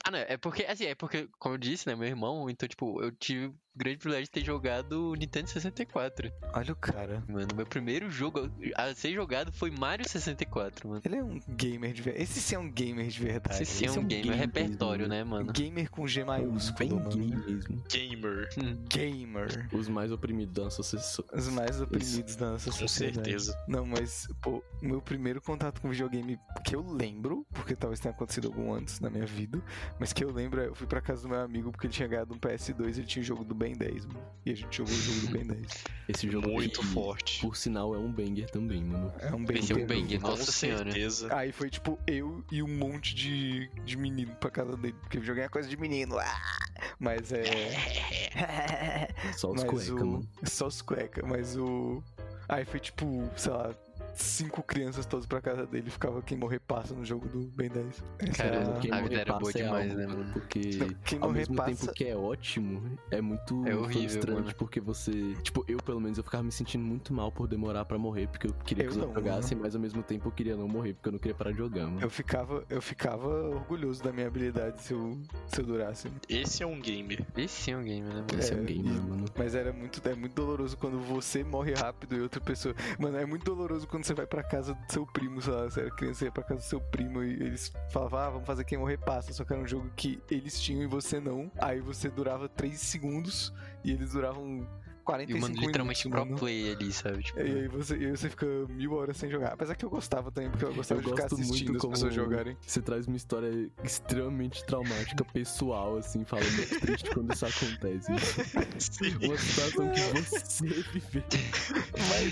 Speaker 1: Ah, não, é porque, assim, é porque, como eu disse, né, meu irmão, então, tipo, eu tive o grande privilégio de ter jogado o Nintendo 64.
Speaker 2: Olha o cara.
Speaker 1: Mano, meu primeiro jogo a ser jogado foi Mario 64, mano.
Speaker 2: Ele é um gamer de verdade. Esse sim é um gamer de verdade.
Speaker 1: Esse sim é
Speaker 3: esse é
Speaker 1: um
Speaker 3: um
Speaker 1: game, é
Speaker 3: game
Speaker 1: repertório,
Speaker 3: mesmo,
Speaker 1: né, mano?
Speaker 2: Gamer com G
Speaker 3: É um Bem
Speaker 2: maiúsculo,
Speaker 3: gay
Speaker 2: mano.
Speaker 3: mesmo.
Speaker 4: Gamer,
Speaker 1: Hum,
Speaker 2: Gamer.
Speaker 3: Os mais oprimidos da nossa so-
Speaker 2: Os mais oprimidos da nossa
Speaker 4: com
Speaker 2: sociedade.
Speaker 4: certeza.
Speaker 2: Não, mas, pô, meu primeiro contato com videogame que eu lembro, porque talvez tenha acontecido algum antes na minha vida, mas que eu lembro é eu fui pra casa do meu amigo porque ele tinha ganhado um PS2 e ele tinha o jogo do Ben 10, mano. E a gente jogou o jogo do Ben 10.
Speaker 3: Esse jogo é
Speaker 4: Muito
Speaker 3: que,
Speaker 4: forte.
Speaker 3: Por sinal, é um banger também, mano.
Speaker 2: É um Ben
Speaker 1: Esse é um
Speaker 2: 10.
Speaker 1: banger,
Speaker 4: Com
Speaker 1: nossa senhora.
Speaker 4: certeza.
Speaker 2: Aí foi tipo eu e um monte de, de menino pra casa dele, porque videogame é coisa de menino. Ah! Mas é.
Speaker 3: Só os
Speaker 2: Mas
Speaker 3: cueca,
Speaker 2: o...
Speaker 3: mano.
Speaker 2: Só os cueca, mas o. Aí foi tipo, sei lá, cinco crianças todas pra casa dele e ficava quem morrer passa no jogo do Ben 10. Essa
Speaker 1: Cara,
Speaker 2: era-
Speaker 1: a
Speaker 3: quem
Speaker 1: vida
Speaker 3: morrer
Speaker 1: era boa
Speaker 3: passa é
Speaker 1: demais,
Speaker 3: algo,
Speaker 1: né, mano?
Speaker 3: Porque
Speaker 2: Quem
Speaker 3: ao
Speaker 2: morrer
Speaker 3: mesmo
Speaker 2: passa-
Speaker 3: tempo que é ótimo, é muito
Speaker 1: É horrível,
Speaker 3: frustrante
Speaker 1: mano.
Speaker 3: porque você, tipo, eu pelo menos eu ficava me sentindo muito mal por demorar pra morrer, porque eu queria
Speaker 2: Eu
Speaker 3: que os outros
Speaker 2: não, mano.
Speaker 3: jogassem, mas ao mesmo tempo eu queria não morrer porque eu não queria parar de jogar, mano.
Speaker 2: Eu ficava, eu ficava orgulhoso da minha habilidade se eu, se eu durasse.
Speaker 4: Esse é um game.
Speaker 1: Esse sim é um game, né, mano?
Speaker 3: Esse é um
Speaker 2: é,
Speaker 3: game,
Speaker 2: e-
Speaker 3: mano.
Speaker 2: Mas era muito, é muito doloroso quando você morre rápido e outra pessoa. Mano, é muito doloroso quando você vai pra casa do seu primo, sei lá, você era criança, você ia pra casa do seu primo e eles falavam, ah, vamos fazer quem morrer passa. Só que era um jogo que eles tinham e você não. Aí você durava 3 segundos e eles duravam
Speaker 1: E
Speaker 2: 45
Speaker 1: o mano
Speaker 2: minutos.
Speaker 1: literalmente pro
Speaker 2: mano. É,
Speaker 1: play ali, sabe? Tipo,
Speaker 2: E aí você, e aí você fica mil horas sem jogar. Apesar que eu gostava também, porque eu gostava
Speaker 3: Eu
Speaker 2: de ficar
Speaker 3: gosto muito
Speaker 2: assistindo as
Speaker 3: como-
Speaker 2: pessoas jogarem.
Speaker 3: Você traz uma história extremamente traumática, pessoal, assim, falando é triste quando isso acontece. Uma situação que você viveu.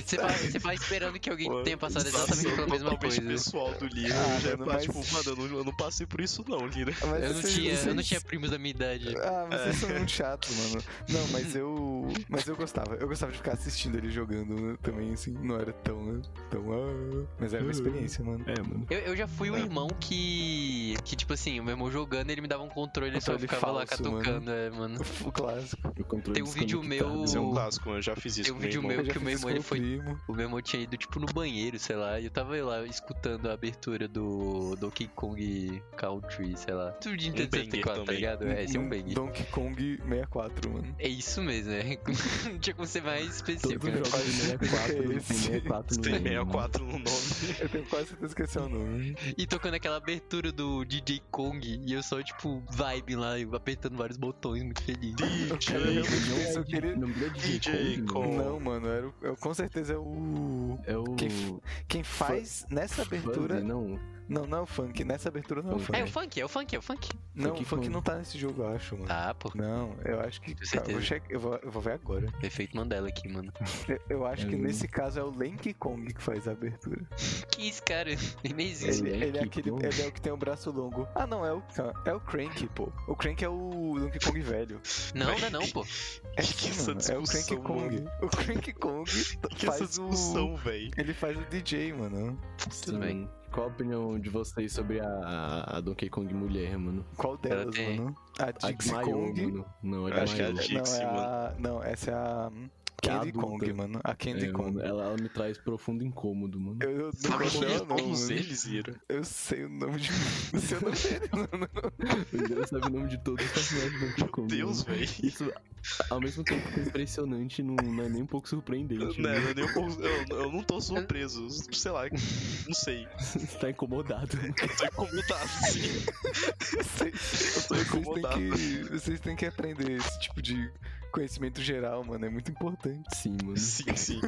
Speaker 1: você, vai, você vai esperando que alguém
Speaker 4: Mano, tá
Speaker 1: tenha passado
Speaker 4: situação
Speaker 1: exatamente pela mesma
Speaker 4: totalmente
Speaker 1: coisa.
Speaker 4: pessoal do livro
Speaker 2: Ah,
Speaker 4: já é
Speaker 2: mano,
Speaker 4: pra,
Speaker 2: mas-
Speaker 4: tipo, mano, eu não, eu não passei por isso não, né? Lira.
Speaker 2: Mas
Speaker 1: Eu não,
Speaker 2: vocês-
Speaker 1: tinha, eu não
Speaker 2: vocês-
Speaker 1: tinha primos da minha idade.
Speaker 2: Ah, vocês são muito chatos, mano. Não, mas eu. Mas eu gostava. Eu gostava de ficar assistindo ele jogando né, também, assim. Não era tão. tão ah, mas era uma experiência, mano.
Speaker 3: É, mano.
Speaker 1: Eu, eu já fui o
Speaker 4: É.
Speaker 1: irmão que. Que, tipo assim, o meu irmão jogando, ele me dava um controle e só
Speaker 2: Controle
Speaker 1: ficava lá
Speaker 2: falso, mano.
Speaker 1: catucando, é, mano.
Speaker 2: O clássico.
Speaker 3: O controle
Speaker 1: Tem um vídeo
Speaker 3: desconectado.
Speaker 4: Isso é um
Speaker 1: O-
Speaker 4: clássico, mano, eu já fiz isso
Speaker 1: tem um
Speaker 4: com meu
Speaker 1: vídeo
Speaker 4: irmão.
Speaker 1: meu-
Speaker 2: já
Speaker 1: que o
Speaker 2: fiz
Speaker 1: meu
Speaker 2: isso
Speaker 1: irmão,
Speaker 2: com
Speaker 1: ele foi-
Speaker 2: o primo.
Speaker 1: O meu irmão tinha ido, tipo, no banheiro, sei lá, e eu tava lá escutando a abertura do Donkey Kong Country, sei lá. Tudo de Nintendo
Speaker 4: Um banger
Speaker 1: 64, tá
Speaker 4: também.
Speaker 1: ligado? É, esse é um bang.
Speaker 2: Donkey Kong 64, mano.
Speaker 1: É isso mesmo, né? Não tinha como ser mais específico,
Speaker 3: Todo
Speaker 1: né?
Speaker 3: jogo de 64,
Speaker 2: É
Speaker 3: tem
Speaker 2: esse.
Speaker 3: 64 no
Speaker 4: Tem
Speaker 3: nome,
Speaker 1: é
Speaker 3: mano.
Speaker 4: 64 no nome.
Speaker 2: Eu tenho quase certeza que esse é o nome.
Speaker 1: E tocando aquela abertura do DJ Kong, e eu só, tipo, vibe lá, eu apertando vários botões, muito feliz.
Speaker 2: O cara
Speaker 4: DJ,
Speaker 2: realmente
Speaker 3: Não é
Speaker 2: pensou que
Speaker 3: de-
Speaker 2: ele.
Speaker 3: não é de
Speaker 4: DJ
Speaker 3: Kong,
Speaker 4: Kong.
Speaker 3: mano.
Speaker 2: Não, mano, era, o- eu, com certeza é o.
Speaker 3: É o.
Speaker 2: Quem Quem faz nessa abertura.
Speaker 3: Fuzzy, não.
Speaker 2: Não, não é o funk. Nessa abertura não é o
Speaker 3: Funk.
Speaker 2: funk.
Speaker 1: É o né? funk, é o funk, é o funk.
Speaker 2: Não,
Speaker 3: Funk
Speaker 2: o funk
Speaker 3: Kong.
Speaker 2: não tá nesse jogo, eu acho, mano.
Speaker 1: Tá, pô.
Speaker 2: Não, eu acho que.
Speaker 1: Com
Speaker 2: Cara, eu,
Speaker 1: certeza.
Speaker 2: vou checar- eu vou- eu vou ver agora.
Speaker 1: Efeito Mandela aqui, mano.
Speaker 2: Eu, eu acho que
Speaker 3: É.
Speaker 2: nesse caso é o Lanky Kong que faz a abertura.
Speaker 1: Que isso, cara? Ele nem existe.
Speaker 2: Ele, ele é
Speaker 3: Lanky
Speaker 2: aquele,
Speaker 3: Kong?
Speaker 2: ele é o que tem o braço longo. Ah, não, é o, é o Crank, pô. O Crank é o Donkey Kong velho.
Speaker 1: Não, não é não, pô.
Speaker 2: É,
Speaker 4: Que
Speaker 2: sim,
Speaker 4: essa
Speaker 2: mano, é o Crank
Speaker 4: discussão,
Speaker 2: Kong. O Crank Kong
Speaker 4: que essa
Speaker 2: faz o.
Speaker 4: discussão, véi.
Speaker 2: Ele faz o DJ, mano.
Speaker 1: Tudo bem.
Speaker 3: Qual a opinião de vocês sobre a, a Donkey Kong mulher, mano?
Speaker 2: Qual delas,
Speaker 1: tem-
Speaker 2: mano? A
Speaker 3: A
Speaker 2: Dixie
Speaker 3: desmaiou,
Speaker 2: Kong.
Speaker 3: mano. Não, a
Speaker 4: Eu acho que é a
Speaker 3: desmaiou.
Speaker 4: Dixie,
Speaker 2: não, é a... não, essa é a.
Speaker 3: Que é a
Speaker 2: Candy
Speaker 3: adulta.
Speaker 2: Kong, mano. A Candy
Speaker 3: É,
Speaker 2: Kong.
Speaker 3: mano, ela, ela me traz profundo incômodo, mano.
Speaker 2: Eu, eu não
Speaker 4: Sabe
Speaker 2: gosto
Speaker 4: quem é
Speaker 2: dela, não,
Speaker 4: todos
Speaker 2: mano.
Speaker 4: eles, Ira?
Speaker 2: Eu sei o nome de. Eu sei o nome dele, mano.
Speaker 3: Eu já sabe o nome de todos os personagens do Donkey
Speaker 4: Meu
Speaker 3: Kong.
Speaker 4: Deus,
Speaker 3: mano.
Speaker 4: véi.
Speaker 3: Isso, ao mesmo tempo que é impressionante, não, não é nem um pouco
Speaker 4: Não,
Speaker 3: surpreendente. né?
Speaker 4: não, nem um pouco- eu, eu não tô surpreso. Sei lá, não sei.
Speaker 3: Você tá incomodado.
Speaker 4: Eu tô incomodado, sim.
Speaker 2: Vocês,
Speaker 4: Eu tô
Speaker 2: vocês
Speaker 4: incomodado.
Speaker 2: têm que, vocês têm que aprender esse tipo de conhecimento geral, mano. É muito importante.
Speaker 3: Sim, mano.
Speaker 4: Sim, sim.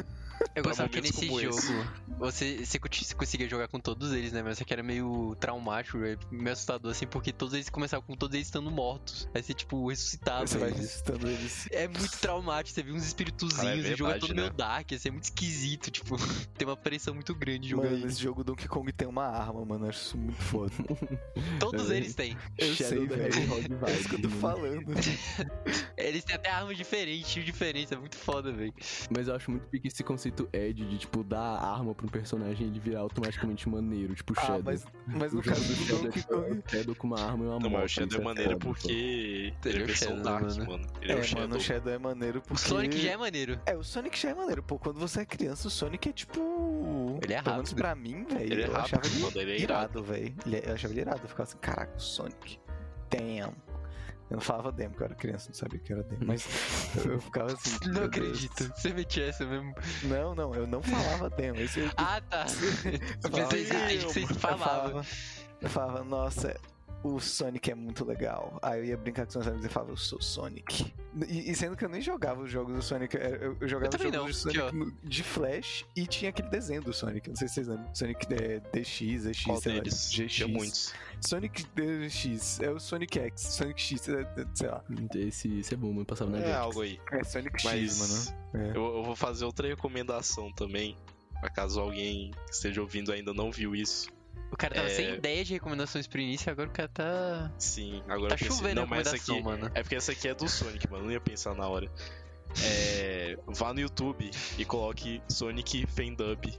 Speaker 1: Eu
Speaker 4: Pra
Speaker 1: gostava que
Speaker 4: momentos
Speaker 1: nesse
Speaker 4: como
Speaker 1: jogo
Speaker 4: esse.
Speaker 1: você, você, conti- você conseguia jogar com todos eles, né? Mas só que era meio traumático, é meio assustador, assim, porque todos eles começavam com todos eles estando mortos. Aí você, tipo, ressuscitava
Speaker 2: Você vai
Speaker 1: eles.
Speaker 2: visitando eles.
Speaker 1: É muito traumático, você viu uns espíritozinhos,
Speaker 4: Cara, é
Speaker 1: o jogo é
Speaker 4: verdade,
Speaker 1: todo
Speaker 4: né?
Speaker 1: meio dark, assim, é muito esquisito, tipo, tem uma pressão muito grande jogando.
Speaker 2: Mano, esse jogo Donkey Kong tem uma arma, mano. Eu acho isso muito foda.
Speaker 1: Todos
Speaker 3: é.
Speaker 1: eles têm.
Speaker 2: Eu sei,
Speaker 3: da
Speaker 2: velho.
Speaker 3: Hedgehog
Speaker 2: É isso que eu tô
Speaker 3: vibes, mano.
Speaker 2: falando.
Speaker 1: Eles têm até armas diferentes, tiros diferentes, é muito foda, velho.
Speaker 3: Mas eu acho muito pique esse conceito Ed de, tipo, dar arma pra um personagem e ele virar automaticamente maneiro, tipo
Speaker 2: Ah,
Speaker 3: Shadow.
Speaker 2: mas, mas no
Speaker 3: O jogo
Speaker 2: caso
Speaker 3: do
Speaker 2: do
Speaker 3: Shadow é,
Speaker 2: Donkey
Speaker 3: tipo, é
Speaker 2: Kong.
Speaker 3: o Shadow com uma arma e uma
Speaker 4: Não, mas o
Speaker 3: moto,
Speaker 4: Shadow
Speaker 3: isso
Speaker 4: é maneiro
Speaker 3: foda, pô.
Speaker 4: porque.
Speaker 1: Ele
Speaker 4: Ele
Speaker 1: é
Speaker 4: é
Speaker 1: o
Speaker 4: versão
Speaker 1: Shadow,
Speaker 4: Dark,
Speaker 1: mano.
Speaker 4: mano. Ele
Speaker 2: É,
Speaker 4: é o
Speaker 2: mano,
Speaker 4: Shadow.
Speaker 2: o Shadow é maneiro
Speaker 1: O
Speaker 2: porque.
Speaker 1: Sonic já é maneiro.
Speaker 2: É, o Sonic já é maneiro. Pô, quando você é criança, o Sonic é tipo.
Speaker 1: Ele é
Speaker 2: Pelo menos
Speaker 1: rápido.
Speaker 2: pra mim, velho.
Speaker 4: Ele é
Speaker 2: eu achava
Speaker 4: rápido,
Speaker 2: ele
Speaker 4: mano. Ele é irado.
Speaker 2: irado, velho. Ele- Eu achava ele irado. Eu ficava assim, caraca, o Sonic. Damn. Eu não falava demo, porque eu era criança, não sabia o que era demo. Mas eu eu ficava assim.
Speaker 1: Não
Speaker 2: meu Deus.
Speaker 1: acredito. Você metia essa mesmo.
Speaker 2: Não, não, eu não falava demo. Isso eu,
Speaker 1: Ah, tá. Eu pensei
Speaker 2: Fala aí,
Speaker 1: que você
Speaker 2: eu
Speaker 1: falava.
Speaker 2: falava. Eu falava, nossa, o Sonic é muito legal. Aí eu ia brincar com os meus amigos e falava, eu sou Sonic. E, e sendo que eu nem jogava os jogos do Sonic, eu, eu- eu jogava os
Speaker 1: também não,
Speaker 2: jogos do
Speaker 1: aqui, ó.
Speaker 2: Sonic no- de Flash e tinha aquele desenho do Sonic. Não sei se vocês lembram. Sonic é, DX, EX,
Speaker 4: Qual
Speaker 2: sei lá,
Speaker 4: deles?
Speaker 2: GX.
Speaker 4: Tinha muitos.
Speaker 2: Sonic DX, é o Sonic X, Sonic X, é- é- sei lá.
Speaker 3: Esse, esse é bom, mano. Passava na
Speaker 4: É
Speaker 3: Jetix.
Speaker 4: algo aí.
Speaker 2: É Sonic
Speaker 4: Mas
Speaker 2: X, É.
Speaker 4: eu, eu vou fazer outra recomendação também. Pra caso alguém que esteja ouvindo ainda não viu isso.
Speaker 1: O cara tava
Speaker 4: É.
Speaker 1: sem ideia de recomendações pro início, agora o cara tá.
Speaker 4: Sim, agora
Speaker 1: Tá
Speaker 4: eu pensei-
Speaker 1: chovendo a
Speaker 4: Não, mas essa
Speaker 1: recomendação,
Speaker 4: aqui.
Speaker 1: mano.
Speaker 4: É porque essa aqui é do Sonic, mano. Eu Não ia pensar na hora. É, vá no YouTube e coloque Sonic Fendub.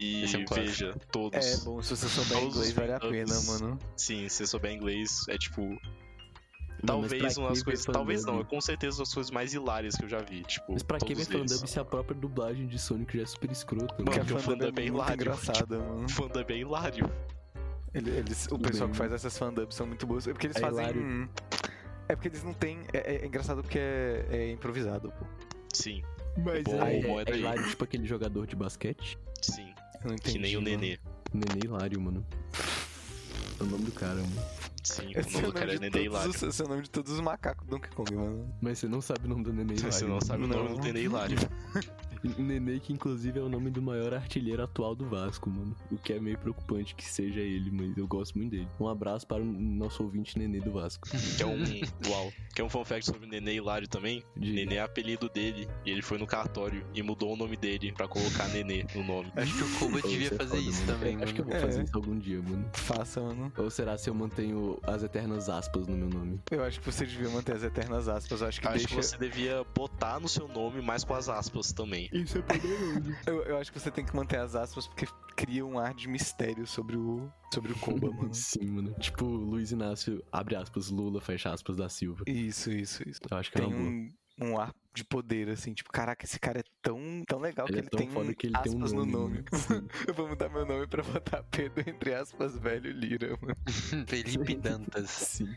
Speaker 4: E
Speaker 1: Esse é um clássico.
Speaker 4: veja todos.
Speaker 2: É bom, se você souber
Speaker 4: Todos
Speaker 2: inglês,
Speaker 4: os
Speaker 2: vale a
Speaker 4: backups.
Speaker 2: pena, mano.
Speaker 4: Sim, se você souber inglês, é tipo.
Speaker 3: Não, mas
Speaker 4: talvez
Speaker 3: pra
Speaker 4: uma das
Speaker 3: que
Speaker 4: coisas.
Speaker 3: ver
Speaker 4: Talvez não,
Speaker 3: fandub?
Speaker 4: é com certeza uma das coisas mais hilárias que eu já vi. Tipo,
Speaker 3: Mas pra que ver
Speaker 4: todos eles.
Speaker 3: fandub se é a própria dublagem de Sonic já é super escrota? né?
Speaker 4: Mano,
Speaker 2: Porque a
Speaker 4: porque o
Speaker 2: fandub é
Speaker 4: fandub é
Speaker 2: muito
Speaker 4: hilário,
Speaker 2: engraçada, mano.
Speaker 4: Fandub é hilário.
Speaker 2: Ele- Eles, o
Speaker 3: Tudo
Speaker 2: pessoal
Speaker 3: bem.
Speaker 2: que faz essas fandubs são muito boas. É porque eles
Speaker 3: É
Speaker 2: fazem.
Speaker 3: hilário.
Speaker 2: É porque eles não têm. É, é- é engraçado porque é, é improvisado, pô.
Speaker 4: Sim,
Speaker 3: Mas
Speaker 4: Bom,
Speaker 3: é,
Speaker 4: bom é
Speaker 3: é,
Speaker 4: daí.
Speaker 3: hilário, tipo aquele jogador de basquete.
Speaker 4: sim.
Speaker 2: Eu não entendi.
Speaker 4: que nem o
Speaker 2: mano.
Speaker 4: Nenê.
Speaker 3: Nenê hilário, mano. É o nome do cara, mano.
Speaker 4: Sim,
Speaker 2: Esse é
Speaker 4: o nome
Speaker 2: o
Speaker 4: do
Speaker 2: nome,
Speaker 4: cara é
Speaker 2: de
Speaker 4: Nenê
Speaker 2: todos
Speaker 4: hilário.
Speaker 2: os, esse é o nome de todos os macacos do Donkey Kong, mano.
Speaker 3: Mas você não sabe o nome do Nenê hilário. né?
Speaker 4: Você não sabe o nome
Speaker 2: Não.
Speaker 4: do Nenê hilário.
Speaker 3: Nenê, que inclusive é o nome do maior artilheiro atual do Vasco, mano. O que é meio preocupante que seja ele, mas eu gosto muito dele. Um abraço para o nosso ouvinte Nenê do Vasco.
Speaker 4: Que é um. Uau. Que é um fun fact sobre o Nenê hilário também.
Speaker 3: De-
Speaker 4: Nenê é apelido dele. E ele foi no cartório e mudou o nome dele pra colocar Nenê no nome.
Speaker 1: Acho que o Koba
Speaker 3: Pô,
Speaker 1: devia
Speaker 3: isso é
Speaker 1: fazer
Speaker 3: foda,
Speaker 1: isso
Speaker 3: mano.
Speaker 1: também,
Speaker 3: Eu
Speaker 1: mano.
Speaker 3: Acho que eu vou
Speaker 2: É.
Speaker 3: fazer isso algum dia, mano.
Speaker 2: Faça, mano.
Speaker 3: Ou será se eu mantenho as eternas aspas no meu nome?
Speaker 2: Eu acho que você devia manter as eternas aspas. Eu Então, acho que
Speaker 4: Acho
Speaker 2: deixa.
Speaker 4: que você devia botar no seu nome, mas com as aspas também.
Speaker 3: Isso é poderoso.
Speaker 2: Eu, eu acho que você tem que manter as aspas porque cria um ar de mistério sobre o. sobre o Koba, mano.
Speaker 3: Sim, mano. Tipo, Luiz Inácio, abre aspas, Lula, fecha aspas, da Silva.
Speaker 2: Isso, isso, isso.
Speaker 3: Eu acho que é
Speaker 2: Tem
Speaker 3: uma boa.
Speaker 2: um, um ar de poder, assim, tipo, caraca, esse cara é tão, tão legal
Speaker 3: Ele
Speaker 2: que
Speaker 3: é
Speaker 2: ele
Speaker 3: tão
Speaker 2: tem
Speaker 3: foda que ele tem um
Speaker 2: aspas
Speaker 3: nome.
Speaker 2: no nome.
Speaker 3: mano. Sim.
Speaker 2: Eu vou mudar meu nome pra botar Pedro entre aspas, velho Lira, mano.
Speaker 1: Felipe Dantas.
Speaker 3: Sim.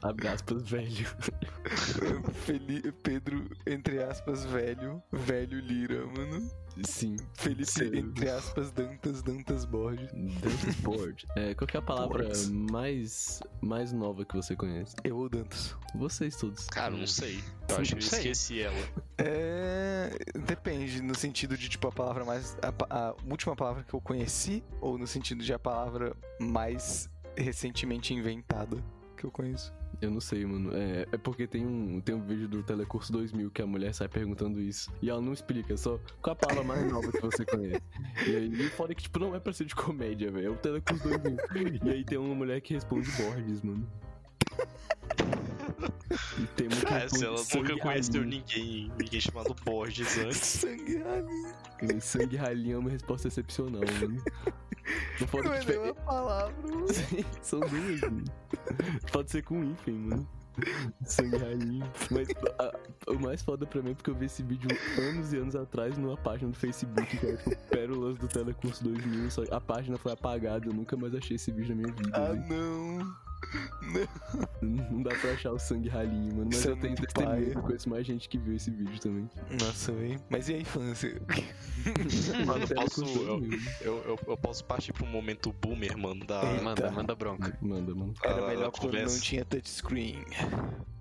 Speaker 3: Abre aspas, velho.
Speaker 2: Feli- Pedro entre aspas, velho, velho Lira, mano.
Speaker 3: Sim.
Speaker 2: Felipe
Speaker 3: Sério?
Speaker 2: entre aspas, Dantas, Dantas Borges.
Speaker 3: Dantas Board. É, qual que é a palavra
Speaker 2: Boards.
Speaker 3: mais, mais nova que você conhece?
Speaker 2: Eu ou Dantas?
Speaker 3: Vocês todos.
Speaker 4: Cara, eu Hum. não sei. Eu
Speaker 1: Sim,
Speaker 4: acho que eu
Speaker 1: não sei.
Speaker 4: esqueci ela.
Speaker 2: É. Depende, no sentido de, tipo, a palavra mais. A, pa- a última palavra que eu conheci, ou no sentido de a palavra mais recentemente inventada que eu conheço.
Speaker 3: Eu não sei, mano. É, é porque tem um, tem um vídeo do Telecurso 2000 que a mulher sai perguntando isso. E ela não explica, é só qual a palavra mais nova que você conhece. E aí, e fora que, tipo, não é pra ser de comédia, velho. É o Telecurso 2000. E aí tem uma mulher que responde Borges, mano. E tem uma que
Speaker 4: Cara, É, se
Speaker 3: responde
Speaker 4: ela nunca
Speaker 3: Sangue
Speaker 4: conheceu
Speaker 3: Ralinho.
Speaker 4: ninguém, ninguém chamado Borges antes.
Speaker 2: Sangue ralinho.
Speaker 3: Sangue ralinho é uma resposta excepcional, mano. Não fora
Speaker 2: Não
Speaker 3: que,
Speaker 2: é
Speaker 3: tipo,
Speaker 2: nem uma palavra. mano.
Speaker 3: Sim, São duas, mano. Pode ser com um hífen, mano. Sangue rainha. Mas a- o mais foda pra mim é porque eu vi esse vídeo anos e anos atrás numa página do Facebook que era tipo Pérolas do Telecurso 2000. Só que a página foi apagada, eu nunca mais achei esse vídeo na minha vida.
Speaker 2: Ah,
Speaker 3: velho.
Speaker 2: não.
Speaker 3: Não dá pra achar o sangue ralinho, mano. Mas
Speaker 2: Isso é
Speaker 3: eu tenho
Speaker 2: muito
Speaker 3: testemunho,
Speaker 2: paia.
Speaker 3: eu conheço mais gente que viu esse vídeo também.
Speaker 2: Nossa, velho. Mas e a infância?
Speaker 4: Mano, eu
Speaker 3: Telecurso
Speaker 4: posso, eu,
Speaker 3: 2000.
Speaker 4: eu, eu- eu posso partir pra um momento boomer, mano, da.
Speaker 2: Eita.
Speaker 1: Manda,
Speaker 3: tá.
Speaker 1: manda bronca.
Speaker 3: Manda, mano.
Speaker 2: Era
Speaker 4: Ah,
Speaker 2: melhor
Speaker 4: a
Speaker 2: quando
Speaker 4: conversa.
Speaker 2: não tinha touchscreen.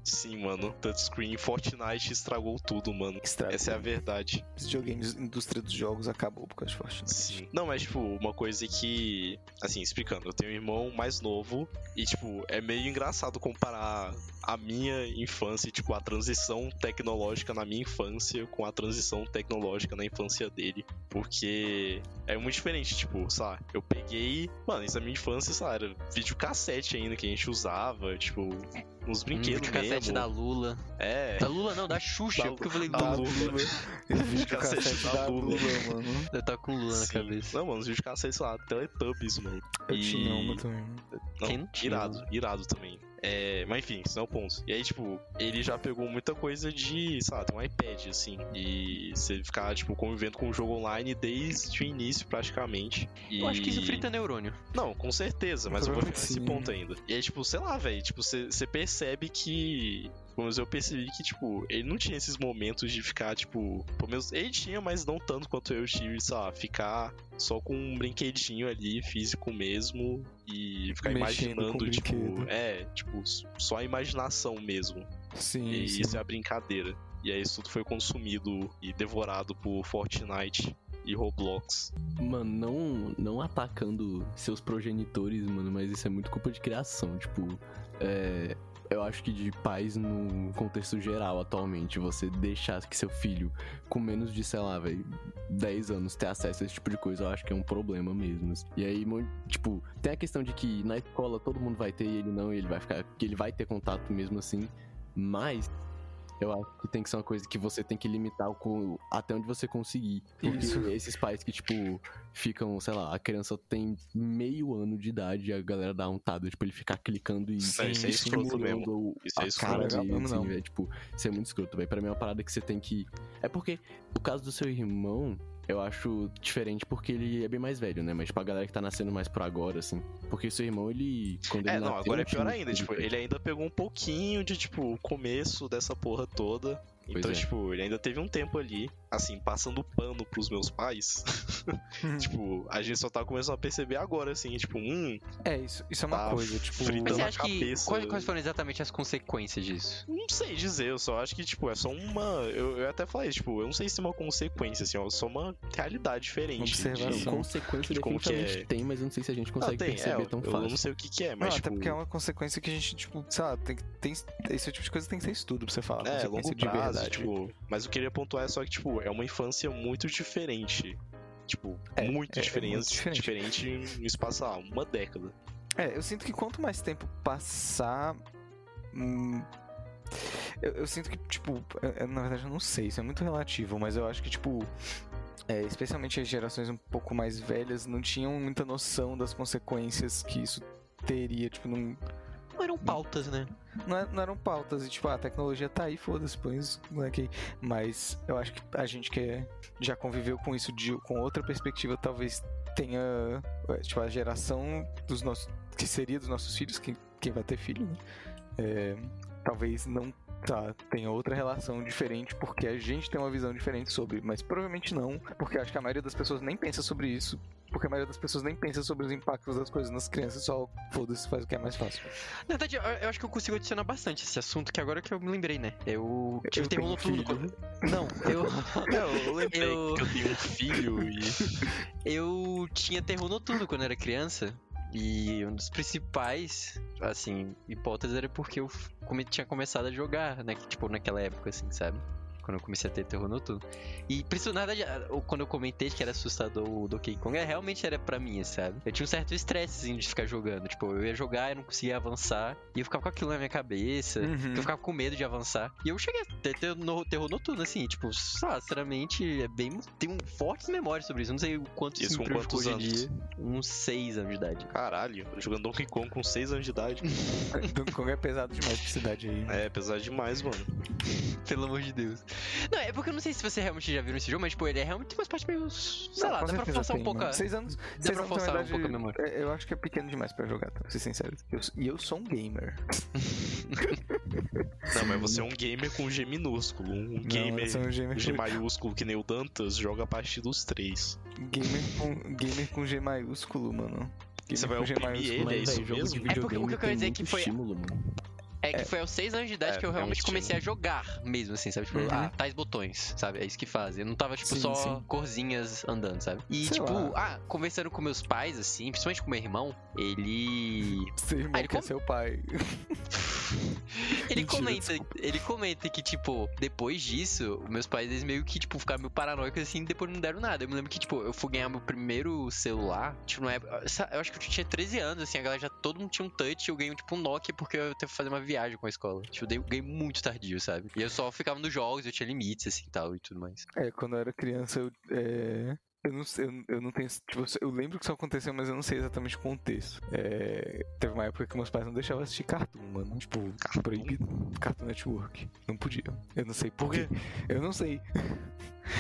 Speaker 4: Sim, mano. Touchscreen, Fortnite estragou tudo, mano.
Speaker 2: Estrago.
Speaker 4: Essa é a verdade.
Speaker 2: Os videogames, a indústria dos jogos acabou por causa de Fortnite.
Speaker 4: Sim. Não, mas, tipo, uma coisa que. Assim, explicando, eu tenho um irmão mais novo e, tipo, é meio engraçado comparar a minha infância, e, tipo, a transição tecnológica na minha infância com a transição tecnológica na infância dele. Porque é muito diferente, tipo, sabe? Eu peguei. Mano, isso na minha infância, sabe? Era videocassete ainda que a gente usava, tipo, uns brinquedos
Speaker 1: Hum,
Speaker 4: mesmo.
Speaker 1: cassete da Lula.
Speaker 4: É.
Speaker 1: Da Lula não, da Xuxa.
Speaker 4: Da-
Speaker 1: porque eu falei
Speaker 4: da
Speaker 1: Lula.
Speaker 4: Lula.
Speaker 2: Esse vídeo que eu
Speaker 4: Cassete
Speaker 2: cassete
Speaker 4: da
Speaker 2: da
Speaker 4: Lula.
Speaker 2: Lula, mano.
Speaker 1: Eu tava tá com Lula na
Speaker 4: Sim.
Speaker 1: cabeça.
Speaker 4: Não, mano, os vídeos cassetes, sei lá, Teletubbies, mano.
Speaker 2: Eu
Speaker 4: E-
Speaker 2: tinha uma também. mano.
Speaker 4: Não,
Speaker 1: Quem não tinha,
Speaker 4: irado, irado também. É, mas enfim, isso não é o ponto. E aí, tipo, ele já pegou muita coisa de, sei lá, tem um iPad, assim. E você ficar, tipo, convivendo com o jogo online desde o início, praticamente. E...
Speaker 1: Eu acho que isso frita neurônio.
Speaker 4: Não, com certeza, mas eu vou chegar
Speaker 2: Provavelmente
Speaker 4: nesse
Speaker 2: sim.
Speaker 4: ponto ainda. E aí, tipo, sei lá, velho, tipo, você você percebe que. Pelo menos eu percebi que, tipo, ele não tinha esses momentos de ficar, tipo. Pelo menos ele tinha, mas não tanto quanto eu tive, sei lá, ficar só com um brinquedinho ali, físico mesmo, e ficar
Speaker 2: Mexendo com o
Speaker 4: imaginando, tipo.
Speaker 2: brinquedo.
Speaker 4: É, tipo, só a imaginação mesmo.
Speaker 2: Sim,
Speaker 4: E
Speaker 2: sim.
Speaker 4: isso é a brincadeira. E aí isso tudo foi consumido e devorado por Fortnite e Roblox.
Speaker 3: Mano, não, não atacando seus progenitores, mano, mas isso é muito culpa de criação. Tipo, é, eu acho que de pais no contexto geral atualmente, você deixar que seu filho, com menos de, sei lá, velho, 10 anos, ter acesso a esse tipo de coisa, eu acho que é um problema mesmo. E aí, mu- tipo, tem a questão de que na escola todo mundo vai ter e ele não, e ele vai ficar. que ele vai ter contato mesmo assim, mas Eu acho que tem que ser uma coisa que você tem que limitar o co- até onde você conseguir. Porque
Speaker 2: Isso.
Speaker 3: esses pais que, tipo, ficam, sei lá, a criança tem meio ano de idade e a galera dá um tab, tipo, ele ficar clicando e
Speaker 4: Isso é
Speaker 2: Sim,
Speaker 4: escroto mesmo.
Speaker 3: estimulando
Speaker 4: Isso é
Speaker 3: a
Speaker 4: escroto.
Speaker 3: cara
Speaker 2: Legal
Speaker 3: dele,
Speaker 2: mesmo, não.
Speaker 3: assim, velho. Tipo, isso é muito escroto, velho. Pra mim é uma parada que você tem que. É porque o caso do seu irmão, eu acho diferente porque ele é bem mais velho, né? Mas, tipo, a galera que tá nascendo mais pro agora, assim. Porque seu irmão, ele. Quando ele
Speaker 4: É, não,
Speaker 3: nasceu,
Speaker 4: agora é
Speaker 3: não tinha
Speaker 4: pior
Speaker 3: muito
Speaker 4: ainda, tipo,
Speaker 3: público.
Speaker 4: ele ainda pegou um pouquinho de, tipo, o começo dessa porra toda.
Speaker 3: Pois
Speaker 4: Então,
Speaker 3: é.
Speaker 4: tipo, ele ainda teve um tempo ali, assim, passando pano pros meus pais. tipo, a gente só tá começando a perceber agora, assim, tipo, hum,
Speaker 2: É, isso, isso é uma
Speaker 4: Tá
Speaker 2: coisa, tipo.
Speaker 1: Mas
Speaker 4: fritando
Speaker 1: você
Speaker 4: na
Speaker 1: acha que.
Speaker 4: cabeça.
Speaker 1: Quais, quais foram exatamente as consequências disso?
Speaker 4: não um sei dizer, eu só acho que, tipo, é só uma. Eu, eu até falei, tipo, eu não sei se é uma consequência, assim, é só uma realidade diferente.
Speaker 2: Observação.
Speaker 3: Não,
Speaker 4: de-
Speaker 3: consequência
Speaker 4: de como que
Speaker 3: definitivamente
Speaker 4: é.
Speaker 3: tem, mas eu não sei se a gente
Speaker 4: Não,
Speaker 3: consegue
Speaker 4: tem, é,
Speaker 3: perceber
Speaker 4: eu,
Speaker 3: tão
Speaker 4: eu
Speaker 3: fácil.
Speaker 4: não sei o que que é,
Speaker 2: Não,
Speaker 4: mas,
Speaker 2: até
Speaker 4: tipo,
Speaker 2: porque é uma consequência que a gente, tipo, sei lá, tem, que- tem, esse tipo de coisa tem que ter estudo pra você falar.
Speaker 4: É,
Speaker 2: consequência
Speaker 4: longo
Speaker 2: de
Speaker 4: prazo,
Speaker 2: verdade.
Speaker 4: tipo. Mas eu queria pontuar só que, tipo, é uma infância muito diferente. Tipo,
Speaker 2: É,
Speaker 4: muito,
Speaker 2: é, é
Speaker 4: diferente,
Speaker 2: muito diferente.
Speaker 4: diferente em um espaço, sei lá, uma década.
Speaker 2: É, eu sinto que quanto mais tempo passar. hum, eu, eu sinto que, tipo, eu- eu, na verdade eu não sei, isso é muito relativo, mas eu acho que, tipo. é, especialmente as gerações um pouco mais velhas não tinham muita noção das consequências que isso teria, tipo, não,
Speaker 1: Não eram pautas, né?
Speaker 2: não, é- não eram pautas, e tipo, ah, a tecnologia tá aí, foda-se, põe isso moleque aí. Mas eu acho que a gente que é- já conviveu com isso de, com outra perspectiva, talvez tenha, é, tipo, a geração dos nossos, que seria dos nossos filhos, quem, quem vai ter filho, né? É, talvez não tá, tenha outra relação diferente, porque a gente tem uma visão diferente sobre, mas provavelmente não, porque eu acho que a maioria das pessoas nem pensa sobre isso, porque a maioria das pessoas nem pensa sobre os impactos das coisas nas crianças, só foda-se, faz o que é mais fácil.
Speaker 1: Na verdade, eu, eu acho que eu consigo adicionar bastante esse assunto, que agora que eu me lembrei, né? Eu tive um terror
Speaker 2: Eu tenho
Speaker 1: noturno.
Speaker 2: filho.
Speaker 1: quando- Não, eu.
Speaker 4: Não, eu lembrei
Speaker 1: Eu-
Speaker 4: que eu tenho um filho e.
Speaker 1: Eu tinha terror noturno quando era criança. E um dos principais, assim, hipóteses era porque eu f- come- tinha começado a jogar, né? Tipo, naquela época, assim, sabe? Quando eu comecei a ter terror noturno. E por isso, na verdade, a- o- quando eu comentei que era assustador o Donkey Kong, é, realmente era pra mim, sabe? Eu tinha um certo estressezinho de ficar jogando. Tipo, eu ia jogar, eu não conseguia avançar. E eu ficava com aquilo na minha cabeça.
Speaker 2: Uhum.
Speaker 1: Porque eu ficava com medo de avançar. E eu cheguei a ter ter- no- terror noturno, assim, tipo, sei lá, sinceramente, é bem. Tenho fortes memórias sobre isso. Não sei o quanto
Speaker 4: Isso com
Speaker 1: me prejudicou
Speaker 4: quantos anos?
Speaker 1: hoje em dia. Uns 6 anos de idade.
Speaker 4: Caralho, jogando Donkey Kong com 6 anos de idade.
Speaker 2: Donkey Kong é pesado demais pra cidade aí.
Speaker 4: É, pesado demais, mano.
Speaker 1: Pelo amor de Deus. Não, é porque eu não sei se vocês realmente já viram esse jogo, mas, tipo, ele é realmente tem umas partes meio. Sei lá, dá pra forçar um pouco a.
Speaker 2: Seis anos,
Speaker 1: Dá
Speaker 2: seis
Speaker 1: pra
Speaker 2: anos na
Speaker 1: forçar um
Speaker 2: verdade,
Speaker 1: pouco a memória.
Speaker 2: é- eu acho que é pequeno demais pra jogar, pra ser sincero. Eu- e eu sou um gamer.
Speaker 4: Não, mas você é um gamer com G minúsculo. Um
Speaker 2: Não, eu
Speaker 4: gamer
Speaker 2: sou um gamer,
Speaker 4: G maiúsculo que nem o Dantas joga a partir dos 3.
Speaker 2: com, gamer, com, gamer com G maiúsculo, mano. Gamer
Speaker 4: Você vai
Speaker 2: com G
Speaker 4: oprimir
Speaker 2: maiúsculo.
Speaker 4: ele, é
Speaker 3: Mas,
Speaker 4: isso
Speaker 3: velho, jogo
Speaker 1: É porque o
Speaker 3: de
Speaker 4: mesmo?
Speaker 1: que
Speaker 3: videogame
Speaker 1: eu quero
Speaker 3: tem
Speaker 1: dizer é que
Speaker 3: muito
Speaker 1: foi-
Speaker 3: estímulo, mano.
Speaker 1: É que foi aos 6 anos de idade
Speaker 4: É,
Speaker 1: que eu
Speaker 4: é um
Speaker 1: realmente
Speaker 4: estilo.
Speaker 1: comecei a jogar mesmo, assim, sabe? Tipo,
Speaker 2: Uhum.
Speaker 1: ah, tais botões, sabe? É isso que fazem. Eu não tava, tipo,
Speaker 2: Sim,
Speaker 1: só
Speaker 2: sim.
Speaker 1: corzinhas andando, sabe? E,
Speaker 2: Sei
Speaker 1: tipo,
Speaker 2: lá.
Speaker 1: ah, conversando com meus pais, assim, principalmente com meu irmão, ele.
Speaker 2: Seu irmão
Speaker 1: Ah, ele
Speaker 2: que é
Speaker 1: com-
Speaker 2: seu pai.
Speaker 1: Ele
Speaker 2: Mentira,
Speaker 1: comenta, ele comenta que, tipo, depois disso, meus pais eles meio que, tipo, ficaram meio paranoicos assim e depois não deram nada. Eu me lembro que, tipo, eu fui ganhar meu primeiro celular, tipo, na época. essa- Eu acho que eu tinha 13 anos, assim, a galera já todo mundo tinha um touch, eu ganhei, tipo, um Nokia porque eu teve que fazer uma viagem com a escola. Tipo, eu dei- eu ganhei muito tardio, sabe? E eu só ficava nos jogos, eu tinha limites, assim, tal, e tudo mais.
Speaker 2: É, quando eu era criança, eu. é, Eu não, sei- eu, eu não tenho. Tipo, eu lembro que isso aconteceu, mas eu não sei exatamente o contexto. É, teve uma época que meus pais não deixavam assistir Cartoon, mano. Tipo, proibido. Cartoon Network. Não podia. Eu não sei por
Speaker 4: Por quê?
Speaker 2: quê. Eu não sei.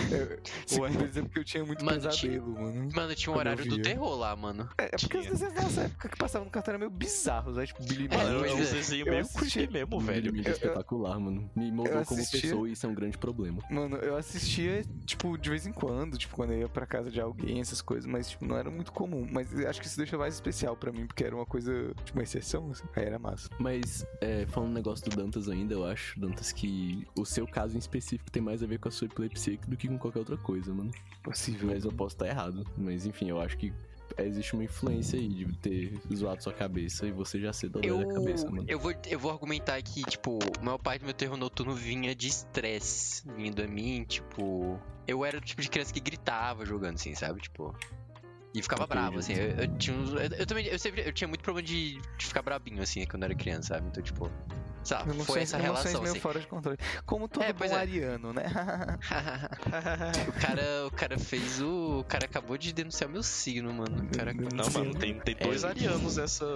Speaker 2: Eu, segundo eles, é porque eu tinha muito
Speaker 1: Mano,
Speaker 2: pesadelo, mano.
Speaker 1: Mano, tinha um
Speaker 2: Eu
Speaker 1: horário do
Speaker 2: via.
Speaker 1: terror lá, mano.
Speaker 2: É, é porque os
Speaker 4: tinha.
Speaker 2: desenhos dessa época que passavam no cartão eram meio bizarros, né? Tipo, Billy
Speaker 1: É,
Speaker 4: Mano,
Speaker 2: Mann.
Speaker 4: é
Speaker 1: pois
Speaker 4: um
Speaker 1: é.
Speaker 4: desenho
Speaker 2: Eu
Speaker 4: meio
Speaker 2: assisti-
Speaker 4: creepy mesmo, velho.
Speaker 3: Videogame
Speaker 2: Eu- eu-
Speaker 3: espetacular, mano. Me moldou como
Speaker 2: assistia-
Speaker 3: pessoa e isso é um grande problema.
Speaker 2: Mano, eu assistia, tipo, de vez em quando, tipo, quando eu ia pra casa de alguém, essas coisas, mas, tipo, não era muito comum. Mas eu acho que isso deixa mais especial pra mim, porque era uma coisa, tipo, uma exceção, assim. Aí era massa.
Speaker 3: Mas, é, falando um negócio do Dantas ainda, eu acho, Dantas, que o seu caso em específico tem mais a ver com a sua epilepsia do que com qualquer outra coisa, mano.
Speaker 2: Possível.
Speaker 3: Mas eu posso estar errado. Mas, enfim, eu acho que existe uma influência aí de ter zoado sua cabeça e você já ser doido da cabeça, mano.
Speaker 1: Eu vou, eu vou argumentar que, tipo, a maior parte do meu terror noturno vinha de estresse vindo a mim, tipo. Eu era o tipo de criança que gritava jogando, assim, sabe? Tipo. E ficava
Speaker 3: Entendi.
Speaker 1: bravo, assim. Eu, eu tinha uns- eu, eu também. Eu sempre. Eu tinha muito problema de, de ficar brabinho, assim, quando eu era criança, sabe? Então, tipo. Sabe, foi essa
Speaker 2: emoções
Speaker 1: relação,
Speaker 2: meio
Speaker 1: assim.
Speaker 2: fora de controle. Como todo
Speaker 1: É,
Speaker 2: bom
Speaker 1: pois é.
Speaker 2: ariano, né?
Speaker 1: o, cara, o cara fez o... O cara acabou de denunciar meu signo, mano. O cara...
Speaker 4: Não,
Speaker 2: Sim.
Speaker 4: mano, tem, tem dois
Speaker 1: É.
Speaker 4: arianos nessa,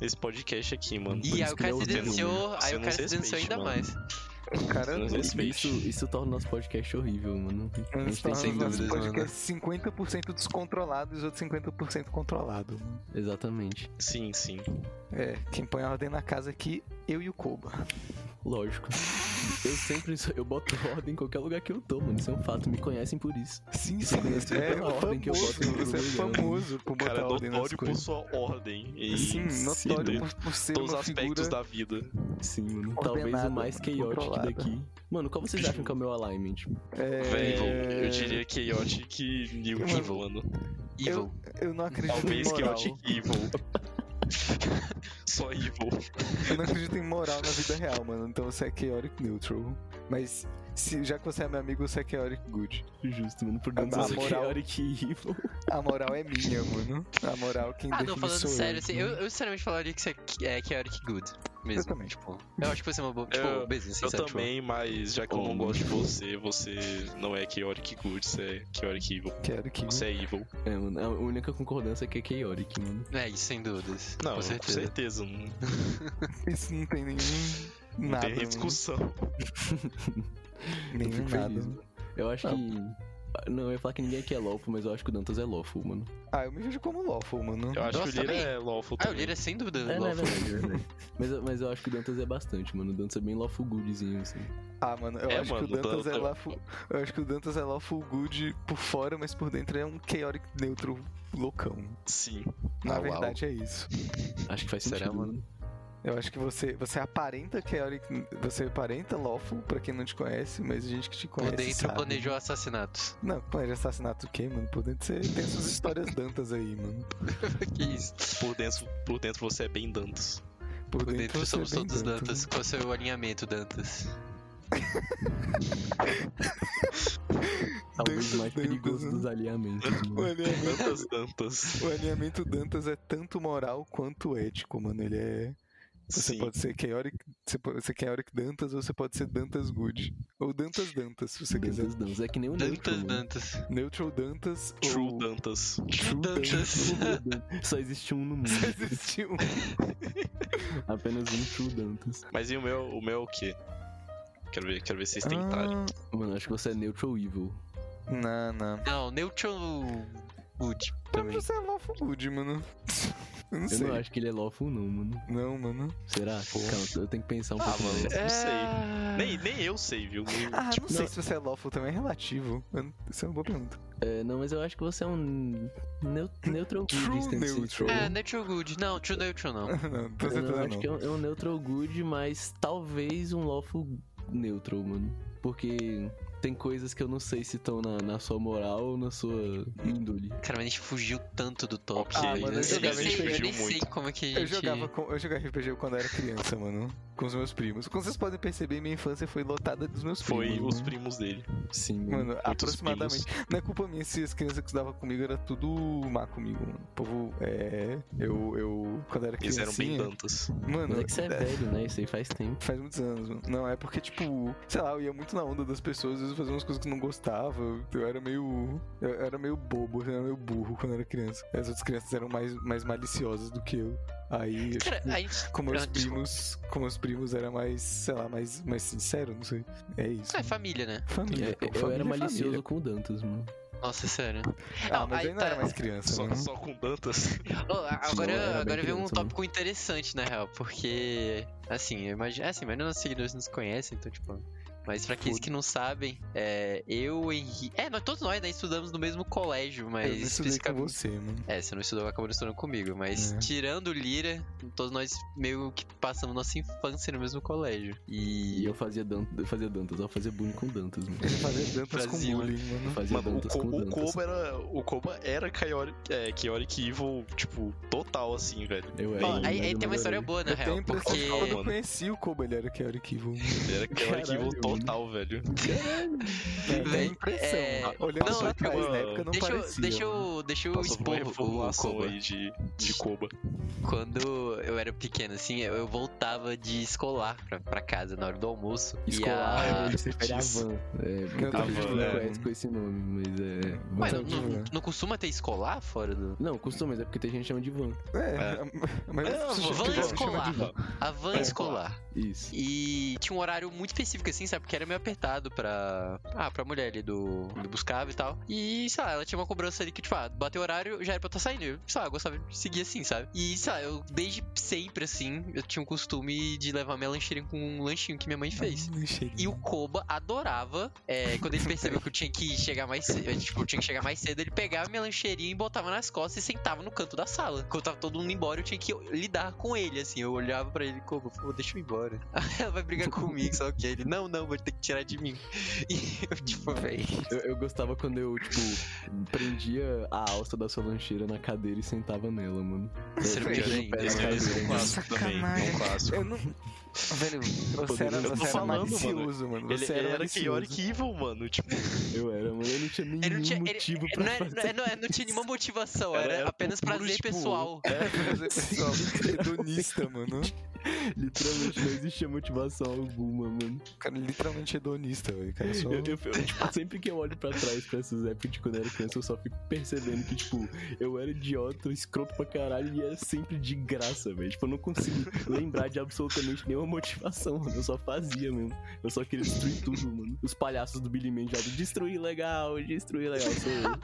Speaker 4: nesse podcast aqui, mano.
Speaker 1: E aí
Speaker 3: isso
Speaker 1: o
Speaker 3: que
Speaker 1: cara
Speaker 3: ele é
Speaker 1: se
Speaker 3: o dedo,
Speaker 1: denunciou,
Speaker 4: né?
Speaker 1: aí
Speaker 4: Você
Speaker 1: o
Speaker 4: não
Speaker 1: cara se
Speaker 4: respeite,
Speaker 1: denunciou ainda
Speaker 4: mano.
Speaker 1: mais.
Speaker 2: O cara
Speaker 4: Não
Speaker 2: Sim,
Speaker 4: existe.
Speaker 3: Isso, isso torna o nosso podcast horrível, mano. A gente tem
Speaker 2: tá
Speaker 1: sem
Speaker 3: que-
Speaker 2: no nosso
Speaker 1: dúvidas, mano.
Speaker 2: podcast 50% descontrolado e os outros 50% controlado.
Speaker 3: Exatamente.
Speaker 4: Sim, sim.
Speaker 2: É, quem põe a ordem na casa aqui, eu e o Koba.
Speaker 3: Lógico. Eu sempre sou- eu boto ordem em qualquer lugar que eu tô, mano. Isso é um fato. Me conhecem por isso.
Speaker 2: Sim,
Speaker 3: Você
Speaker 2: sim,
Speaker 3: conheceu
Speaker 2: é
Speaker 3: pela ordem que eu
Speaker 2: famoso,
Speaker 3: boto no
Speaker 2: Você é
Speaker 3: programa.
Speaker 2: famoso por
Speaker 4: O cara
Speaker 2: botar
Speaker 4: é
Speaker 2: ordem nas
Speaker 4: notório por
Speaker 2: coisas.
Speaker 4: sua ordem. E
Speaker 2: Sim,
Speaker 3: Sim,
Speaker 2: notório
Speaker 4: né?
Speaker 2: por, por ser
Speaker 4: todos os
Speaker 2: uma
Speaker 4: aspectos
Speaker 2: figura...
Speaker 4: da vida.
Speaker 3: Sim, mano.
Speaker 2: Ordenado,
Speaker 3: Talvez o mais chaotic
Speaker 2: controlado.
Speaker 3: daqui. Mano, qual vocês acham que é o meu alignment?
Speaker 2: É...
Speaker 4: Velho, eu diria chaotic e
Speaker 1: Evil.
Speaker 4: evil, mano.
Speaker 1: Evil.
Speaker 2: Eu não acredito
Speaker 4: Talvez
Speaker 2: em moral.
Speaker 4: chaotic e evil. Só evil.
Speaker 2: Eu não acredito em moral na vida real, mano. Então você é chaotic neutral. Mas se- já que você é meu amigo, você é chaotic good.
Speaker 3: Justo, mano. Por
Speaker 2: Ah,
Speaker 3: dentro
Speaker 2: na
Speaker 3: sou
Speaker 2: moral.
Speaker 3: chaotic e evil.
Speaker 2: A moral é minha, mano. A moral quem
Speaker 1: Ah, não,
Speaker 2: define
Speaker 1: falando
Speaker 2: sou
Speaker 1: sério,
Speaker 2: eu.
Speaker 3: né?
Speaker 2: então,
Speaker 1: assim, eu, eu sinceramente falaria que você é, é chaotic good. Mesmo.
Speaker 2: também.
Speaker 1: Tipo, eu acho que você é uma boa. Tipo,
Speaker 4: Eu-
Speaker 1: mesmo, assim,
Speaker 4: Eu
Speaker 1: sabe, tipo,
Speaker 4: também, mas já que eu não
Speaker 3: Oh.
Speaker 4: gosto de você, você não é chaotic good, você é chaotic evil.
Speaker 2: Quero que...
Speaker 4: Você é evil.
Speaker 3: É, mano. A única concordância é que é chaotic, mano.
Speaker 1: É, isso sem dúvidas.
Speaker 4: Não,
Speaker 1: com certeza.
Speaker 4: não,
Speaker 2: Isso não tem nenhum...
Speaker 4: não
Speaker 2: Nada,
Speaker 4: tem
Speaker 2: mano.
Speaker 4: discussão.
Speaker 3: Eu
Speaker 2: Nenhum
Speaker 3: fico
Speaker 2: é nada.
Speaker 3: feliz. mano. Eu acho
Speaker 2: Ah.
Speaker 3: que... Não, eu ia falar que ninguém aqui é lawful, mas eu acho que o Dantas é lawful, mano.
Speaker 2: Ah, eu me vejo como lawful, mano.
Speaker 4: Eu acho
Speaker 1: Nossa,
Speaker 4: que o Lira
Speaker 1: também.
Speaker 4: é lawful
Speaker 1: Ah, o
Speaker 4: também.
Speaker 1: Lira é sem dúvida
Speaker 3: É, não, é
Speaker 1: lawful.
Speaker 3: verdade, é verdade. mas, eu- mas eu acho que o Dantas é bastante, mano. O Dantas é bem lawful goodzinho, assim.
Speaker 2: Ah, mano, eu
Speaker 4: É,
Speaker 2: acho que o
Speaker 4: mano,
Speaker 2: Dantas
Speaker 4: eu-
Speaker 2: é
Speaker 4: eu-
Speaker 2: lawful... Eu acho que o Dantas é lawful good por fora, mas por dentro é um chaotic neutral loucão.
Speaker 4: Sim.
Speaker 2: Na
Speaker 1: Ah, uau.
Speaker 2: verdade é isso.
Speaker 3: Acho que faz sentido,
Speaker 1: Será, mano?
Speaker 3: mano.
Speaker 2: Eu acho que você, você aparenta chaotic... Você aparenta lawful, pra quem não te conhece, mas a gente que te
Speaker 1: Por
Speaker 2: conhece
Speaker 1: dentro
Speaker 2: sabe.
Speaker 1: planejou assassinatos.
Speaker 2: Não, planeja assassinato o quê, mano? Por dentro você tem suas histórias dantas aí, mano.
Speaker 1: que isso?
Speaker 4: Por dentro, por dentro você é bem Dantas.
Speaker 2: Por,
Speaker 1: Por dentro,
Speaker 2: você é
Speaker 1: somos
Speaker 2: bem
Speaker 1: todos
Speaker 2: danto,
Speaker 1: Dantas. Qual é o seu alinhamento, Dantas?
Speaker 2: Dantas,
Speaker 3: Talvez o É um mais
Speaker 2: Dantas,
Speaker 3: perigoso
Speaker 2: né?
Speaker 3: dos alinhamentos,
Speaker 2: né? O
Speaker 3: mano.
Speaker 2: alinhamento,
Speaker 4: Dantas, Dantas.
Speaker 2: o alinhamento dantas é tanto moral quanto ético, mano. Ele é. Você
Speaker 4: Sim.
Speaker 2: pode ser chaotic, você pode ser chaotic dantas ou você pode ser dantas good. Ou dantas dantas, se você quiser.
Speaker 3: Dantas, Dantas. É que nem o
Speaker 1: Dantas,
Speaker 2: né?
Speaker 3: Neutron, mano.
Speaker 1: Dantas.
Speaker 2: Neutral dantas
Speaker 4: True
Speaker 2: ou
Speaker 4: Dantas.
Speaker 2: true
Speaker 1: Dantas.
Speaker 3: Só existe um no mundo.
Speaker 2: Só existe um.
Speaker 3: Apenas um True Dantas.
Speaker 4: Mas e o meu, o meu é o quê? Quero ver, quero ver vocês tentarem.
Speaker 2: Ah,
Speaker 3: Mano, acho que você é Neutral Evil.
Speaker 2: não, não.
Speaker 1: Não, Neutral Wood
Speaker 2: Pra
Speaker 1: também.
Speaker 2: mim você é lawful good, mano. Eu não
Speaker 3: Eu
Speaker 2: sei.
Speaker 3: não acho que ele é lawful, não, mano.
Speaker 2: Não, mano.
Speaker 3: Será? Calma, eu tenho que pensar um
Speaker 4: Ah,
Speaker 3: pouco
Speaker 4: mano.
Speaker 3: mais.
Speaker 4: Não sei.
Speaker 1: É.
Speaker 4: Nem, nem eu sei, viu? Nem-
Speaker 2: Ah,
Speaker 4: tipo,
Speaker 2: não sei se você é lawful também, é relativo. Eu não- Isso é uma boa pergunta.
Speaker 3: É, não, mas eu acho que você é um neu- Neutral Good.
Speaker 2: True
Speaker 3: tem que ser.
Speaker 2: neutral.
Speaker 1: É, Neutral Good. Não, True Neutral não.
Speaker 2: Não, tô
Speaker 3: Eu não,
Speaker 2: certeza
Speaker 3: acho
Speaker 2: não.
Speaker 3: que é um, é um Neutral Good, mas talvez um Lawful Neutral, mano. Porque tem coisas que eu não sei se estão na, na sua moral ou na sua índole.
Speaker 1: Cara, mas a gente fugiu tanto do top.
Speaker 4: Ah,
Speaker 1: né?
Speaker 2: mano, eu
Speaker 1: eu nem
Speaker 2: jogava, a gente
Speaker 1: sei, eu
Speaker 4: fugiu
Speaker 1: nem sei
Speaker 4: muito.
Speaker 1: como é que a gente...
Speaker 2: Eu jogava, com- eu jogava RPG quando eu era criança, mano. Com os meus primos. Como vocês podem perceber, minha infância foi lotada dos meus
Speaker 4: Foi
Speaker 2: primos.
Speaker 4: os
Speaker 2: né?
Speaker 4: primos dele.
Speaker 3: Sim,
Speaker 2: Mano,
Speaker 4: Muitos
Speaker 2: aproximadamente. Não é culpa minha se as crianças que estudavam comigo era tudo má comigo, mano. O povo, é. Eu, eu. Quando eu era
Speaker 4: Eles eram bem
Speaker 2: criancinha.
Speaker 4: Dantas.
Speaker 2: Mano,
Speaker 3: Mas é que você é velho, né? Isso aí faz tempo.
Speaker 2: Faz muitos anos, mano. Não, é porque, tipo, sei lá, eu ia muito na onda das pessoas, às vezes eu fazia umas coisas que eu não gostava. eu- Eu era meio. Eu era meio bobo, eu era meio burro quando eu era criança. As outras crianças eram mais, mais maliciosas do que eu. Aí, tipo,
Speaker 1: Cara, a gente...
Speaker 2: com meus
Speaker 1: Ah, desculpa.
Speaker 2: primos. Com meus primos era mais, sei lá, mais, mais sincero, não sei. É isso.
Speaker 1: É família, né?
Speaker 2: Família.
Speaker 3: É,
Speaker 2: pô,
Speaker 3: eu
Speaker 2: família
Speaker 3: era
Speaker 2: é
Speaker 3: malicioso
Speaker 2: família.
Speaker 3: com o Dantas, mano.
Speaker 1: Nossa, é sério.
Speaker 2: Ah,
Speaker 1: Não,
Speaker 2: mas
Speaker 1: aí
Speaker 2: eu não
Speaker 1: tá-
Speaker 2: era mais criança, né?
Speaker 4: Só,
Speaker 2: mano.
Speaker 4: só com Dantas.
Speaker 1: Ô, a-
Speaker 3: Sim, eu era
Speaker 1: agora
Speaker 3: bem
Speaker 1: agora veio um
Speaker 3: criança, né?
Speaker 1: tópico interessante, na real, porque, assim, eu imagino. Assim, mas nossos seguidores nos conhecem, então, tipo. Mas pra aqueles que não sabem, é, eu, Henrique. É, nós, todos nós, né, estudamos no mesmo colégio, mas
Speaker 2: eu não estudei com
Speaker 1: especificamente.
Speaker 2: você, mano.
Speaker 1: É, você não estudou, acabou não estudando comigo, mas
Speaker 2: É.
Speaker 1: tirando o Lira, todos nós meio que passamos nossa infância no mesmo colégio.
Speaker 3: E
Speaker 1: E.
Speaker 3: eu fazia, dan eu fazia Dantas, eu fazia bullying com o Dantas, mano.
Speaker 2: Eu ia fazer dantas com
Speaker 1: Brasil, né?
Speaker 2: bullying,
Speaker 3: Eu
Speaker 2: mano.
Speaker 3: fazia
Speaker 4: Mano, o,
Speaker 3: é Dantas
Speaker 4: Co-
Speaker 3: com o
Speaker 4: o
Speaker 3: Dantas.
Speaker 4: Koba era. O Koba era Chaotic, é, Chaotic Evil, tipo, total assim, velho.
Speaker 3: Eu
Speaker 1: Ó,
Speaker 3: era.
Speaker 1: aí, aí tem uma história boa,
Speaker 3: boa.
Speaker 1: na
Speaker 2: Eu tenho a
Speaker 1: real,
Speaker 2: impressão
Speaker 1: porque.
Speaker 2: de que quando eu
Speaker 4: mano.
Speaker 2: conheci o É, Koba, ele era Chaotic Evil.
Speaker 4: Ele era Chaotic
Speaker 3: Caralho,
Speaker 4: Evil
Speaker 3: mano.
Speaker 4: total, velho.
Speaker 2: Dá a
Speaker 1: Véi,
Speaker 2: impressão.
Speaker 1: é,
Speaker 2: Olhando
Speaker 1: não,
Speaker 2: pra
Speaker 1: é que
Speaker 2: trás,
Speaker 4: eu-
Speaker 2: na época não
Speaker 1: deixa, eu,
Speaker 2: parecia. né?
Speaker 1: deixa eu, deixa eu
Speaker 4: Passou por
Speaker 1: expor
Speaker 4: uma
Speaker 1: o- o
Speaker 4: reformulação
Speaker 1: Koba.
Speaker 4: aí de, de Koba.
Speaker 1: Quando eu era pequeno, assim, eu, eu voltava de escolar pra, pra casa na hora do almoço.
Speaker 3: Escolar, né?
Speaker 1: E a...
Speaker 4: eu
Speaker 3: você refere a
Speaker 4: disse.
Speaker 3: van. É,
Speaker 2: Eu
Speaker 3: muita
Speaker 4: tava
Speaker 3: gente não
Speaker 4: falando,
Speaker 3: conhece com esse nome, mas é. van.
Speaker 1: Ué,
Speaker 2: Não,
Speaker 1: não,
Speaker 2: não,
Speaker 1: não,
Speaker 2: não.
Speaker 1: não costuma ter escolar fora do.
Speaker 3: Não, costuma, mas é porque tem gente que chama de van.
Speaker 2: É,
Speaker 4: É.
Speaker 2: a- a maioria das
Speaker 4: Não,
Speaker 2: pessoas
Speaker 1: van
Speaker 2: chama de
Speaker 1: Ah, escolar.
Speaker 2: van.
Speaker 1: A van
Speaker 4: É.
Speaker 1: escolar.
Speaker 3: Isso.
Speaker 1: E tinha um horário muito específico, assim, sabe? Porque era meio apertado pra. Ah, pra mulher ali do. do buscava e tal. E, sei lá, ela tinha uma cobrança ali que, tipo, ah, bateu o horário, já era pra eu estar saindo. Eu, sei lá, gostava de seguir assim, sabe? E, sei lá, eu desde sempre, assim, eu tinha o costume de levar minha lancheirinha com um lanchinho que minha mãe fez. E o Koba adorava, é, quando ele percebeu que eu tinha que chegar mais cedo, é, tipo, eu tinha que chegar mais cedo, ele pegava minha lancheirinha e botava nas costas e sentava no canto da sala. Quando tava todo mundo embora, eu tinha que lidar com ele, assim. Eu olhava pra ele, Koba, pô, deixa eu ir embora. Aí ela vai brigar comigo, só que ele, não, não, vou ter que tirar de mim. E eu, tipo, véi.
Speaker 3: Eu, eu gostava quando eu, tipo, prendia a alça da sua lancheira na cadeira e sentava nela, mano.
Speaker 1: Você não
Speaker 3: Eu
Speaker 1: me
Speaker 3: mexia no
Speaker 1: vem,
Speaker 3: pé da
Speaker 1: esse-
Speaker 4: Esse, esse é um
Speaker 3: cadeira.
Speaker 4: clássico também. É um
Speaker 2: Sacanagem.
Speaker 4: clássico.
Speaker 2: Eu não. Velho, você era,
Speaker 3: Eu tô
Speaker 2: você era
Speaker 4: falando,
Speaker 2: malicioso, mano.
Speaker 4: Ele,
Speaker 2: Você
Speaker 4: ele era
Speaker 2: malicioso.
Speaker 4: Chaotic Evil, mano. Tipo,
Speaker 3: Eu era, mano. Eu não tinha nenhum
Speaker 1: Ele não tinha. Ele,
Speaker 3: motivo pra
Speaker 1: não, era-
Speaker 3: fazer.
Speaker 1: não, era- não era- não tinha nenhuma motivação,
Speaker 4: Era-
Speaker 1: era,
Speaker 4: era
Speaker 1: apenas
Speaker 4: puro,
Speaker 1: prazer
Speaker 4: tipo,
Speaker 1: pessoal.
Speaker 2: É, fazer pessoal hedonista, mano.
Speaker 3: Literalmente não existia motivação alguma, mano.
Speaker 2: Cara, é literalmente hedonista, velho. Cara, é só...
Speaker 3: Eu, eu- eu,
Speaker 4: Então.
Speaker 3: tipo, sempre que eu olho pra trás pra essas épocas de quando eu era criança, eu só fico percebendo que, tipo, eu era idiota, um escroto pra caralho e era sempre de graça, velho. Tipo, eu não consigo lembrar de absolutamente nenhuma motivação, mano. Eu só fazia mesmo. Eu só queria destruir tudo, mano. Os palhaços do Billy Man já destruir legal, destruir legal. Sou eu.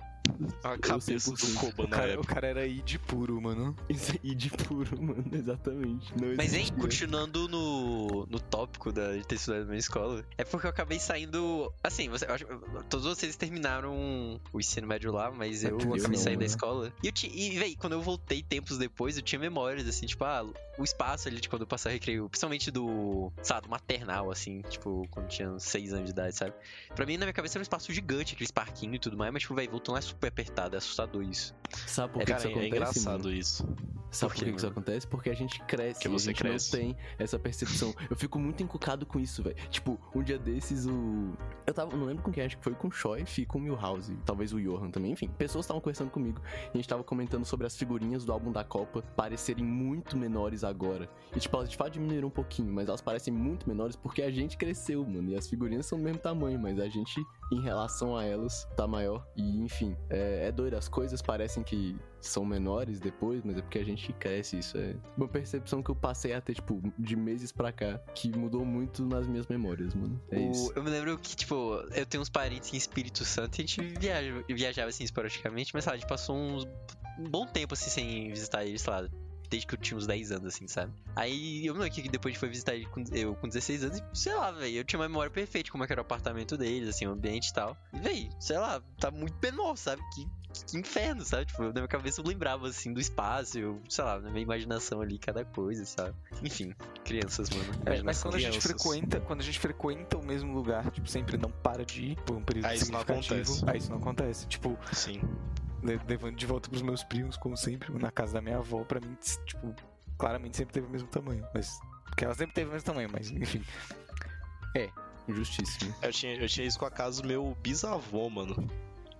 Speaker 4: a cabeça do
Speaker 3: 100%.
Speaker 4: Koba
Speaker 2: O
Speaker 4: na
Speaker 2: cara,
Speaker 4: época.
Speaker 2: o cara era id puro, mano.
Speaker 3: Isso aí de puro, mano. Exatamente. Não
Speaker 1: Mas, hein,
Speaker 3: existia.
Speaker 1: continuando no, no tópico da, de ter estudado na minha escola, é porque eu acabei saindo. Assim, você, eu acho- todos vocês terminaram o ensino médio lá, mas eu,
Speaker 2: Eu
Speaker 1: acabei
Speaker 2: não,
Speaker 1: saindo da
Speaker 3: né?
Speaker 1: escola. E, eu ti- e véi, quando eu voltei tempos depois, eu tinha memórias, assim, tipo, ah, o espaço ali de quando eu passava recreio, principalmente do, sei lá, do maternal, assim, tipo, quando eu tinha 6 anos de idade, sabe? Pra mim, na minha cabeça era um espaço gigante, aqueles parquinhos e tudo mais, mas, tipo, véi, voltando lá é super apertado, é assustador isso.
Speaker 3: Sabe por que,
Speaker 4: Cara,
Speaker 3: isso
Speaker 4: é
Speaker 3: acontece? mano?
Speaker 4: engraçado isso.
Speaker 3: Sabe
Speaker 1: Por
Speaker 3: por
Speaker 1: quê,
Speaker 3: que que isso
Speaker 1: mano?
Speaker 3: acontece? Porque a gente cresce,
Speaker 4: Porque
Speaker 3: e
Speaker 4: você
Speaker 3: a gente
Speaker 4: cresce.
Speaker 3: não tem essa percepção. Eu fico muito encucado com isso, velho. Tipo, um dia desses, o. Eu tava. Não lembro com quem, acho que foi com o Choi e com o Milhouse. Talvez o Johan também, enfim. Pessoas estavam conversando comigo. E a gente tava comentando sobre as figurinhas do álbum da Copa parecerem muito menores agora. E, tipo, elas de fato diminuíram um pouquinho, mas elas parecem muito menores porque a gente cresceu, mano. E as figurinhas são do mesmo tamanho, mas a gente, em relação a elas, tá maior. E, enfim, é, é doido. As coisas parecem que são menores depois, mas é porque a gente cresce. Isso é uma percepção que eu passei a ter, tipo, de meses pra cá, que mudou muito nas minhas memórias, mano. É
Speaker 1: O-
Speaker 3: isso.
Speaker 1: Eu me lembro que, tipo, eu tenho uns parentes em Espírito Santo e a gente viaja, viajava assim esporadicamente, mas sei lá, a gente passou uns- um bom tempo assim sem visitar eles, sei lá, desde que eu tinha uns 10 anos, assim, sabe? Aí eu me lembro que depois a gente foi visitar ele com, eu com 16 anos e, sei lá, velho, eu tinha uma memória perfeita de como é que era o apartamento deles, assim, o ambiente e tal. E, véi, sei lá, tá muito menor, sabe? Que, que- que inferno, sabe? Tipo, na minha cabeça eu lembrava, assim, do espaço, eu, sei lá, na minha imaginação ali, cada coisa, sabe? Enfim, crianças, mano.
Speaker 2: É, mas
Speaker 1: imaginação.
Speaker 2: quando a gente
Speaker 4: crianças.
Speaker 2: frequenta, quando a gente frequenta o mesmo lugar, tipo, sempre não para de ir por um período
Speaker 4: Ah, isso não
Speaker 2: significativo.
Speaker 4: acontece.
Speaker 2: Ah, isso não acontece. Tipo,
Speaker 4: Sim.
Speaker 2: le- levando de volta pros meus primos, como sempre, na casa da minha avó, pra mim, s- tipo, claramente sempre teve o mesmo tamanho. Mas. Porque ela sempre teve o mesmo tamanho, mas enfim.
Speaker 3: Justíssimo.
Speaker 4: Eu tinha, eu tinha isso com a casa do meu bisavô, mano.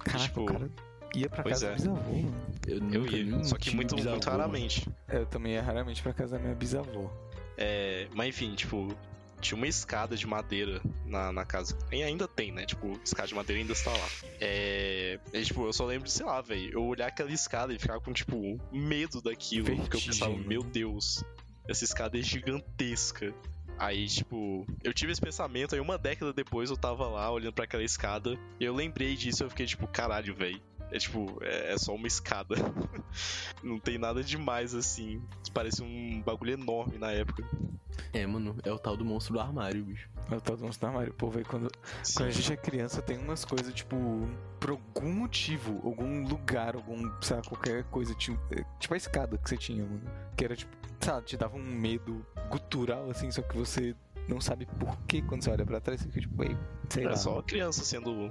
Speaker 2: Caraca,
Speaker 4: Tipo,
Speaker 2: o cara ia pra
Speaker 4: pois
Speaker 2: casa
Speaker 4: é.
Speaker 2: do bisavô, mano. É,
Speaker 3: Eu,
Speaker 4: Eu
Speaker 3: nunca
Speaker 4: ia.
Speaker 3: nem
Speaker 4: Só que
Speaker 3: tive
Speaker 4: muito,
Speaker 3: bisavô,
Speaker 4: muito
Speaker 3: mano.
Speaker 4: raramente.
Speaker 2: Eu também ia raramente pra casa da minha bisavó.
Speaker 4: É, mas enfim, tipo, tinha uma escada de madeira na, na casa. E ainda tem, né? Tipo, escada de madeira ainda está lá. É. é, tipo, eu só lembro, de, sei lá, velho. Eu olhar aquela escada e ficar com, tipo, medo daquilo. Porque eu
Speaker 2: Vertigem,
Speaker 4: pensava,
Speaker 2: né?
Speaker 4: meu Deus, essa escada é gigantesca. Aí, tipo, eu tive esse pensamento, aí uma década depois eu tava lá olhando pra aquela escada. E eu lembrei disso, eu fiquei tipo, caralho, velho. É tipo, é, é só uma escada. Não tem nada demais assim. Parece um bagulho enorme na época.
Speaker 3: É, mano. É o tal do monstro do armário, bicho.
Speaker 2: Eu tava no armário. Pô, velho, quando, Quando a gente é criança, tem umas coisas, tipo, por algum motivo, algum lugar, algum, sei lá, qualquer coisa, tipo, é, tipo a escada que você tinha, mano. Que era, tipo, sei lá, te dava um medo gutural, assim, só que você não sabe por que quando você olha pra trás, você fica, tipo, ei, sei lá.
Speaker 4: Era É só criança sendo. um.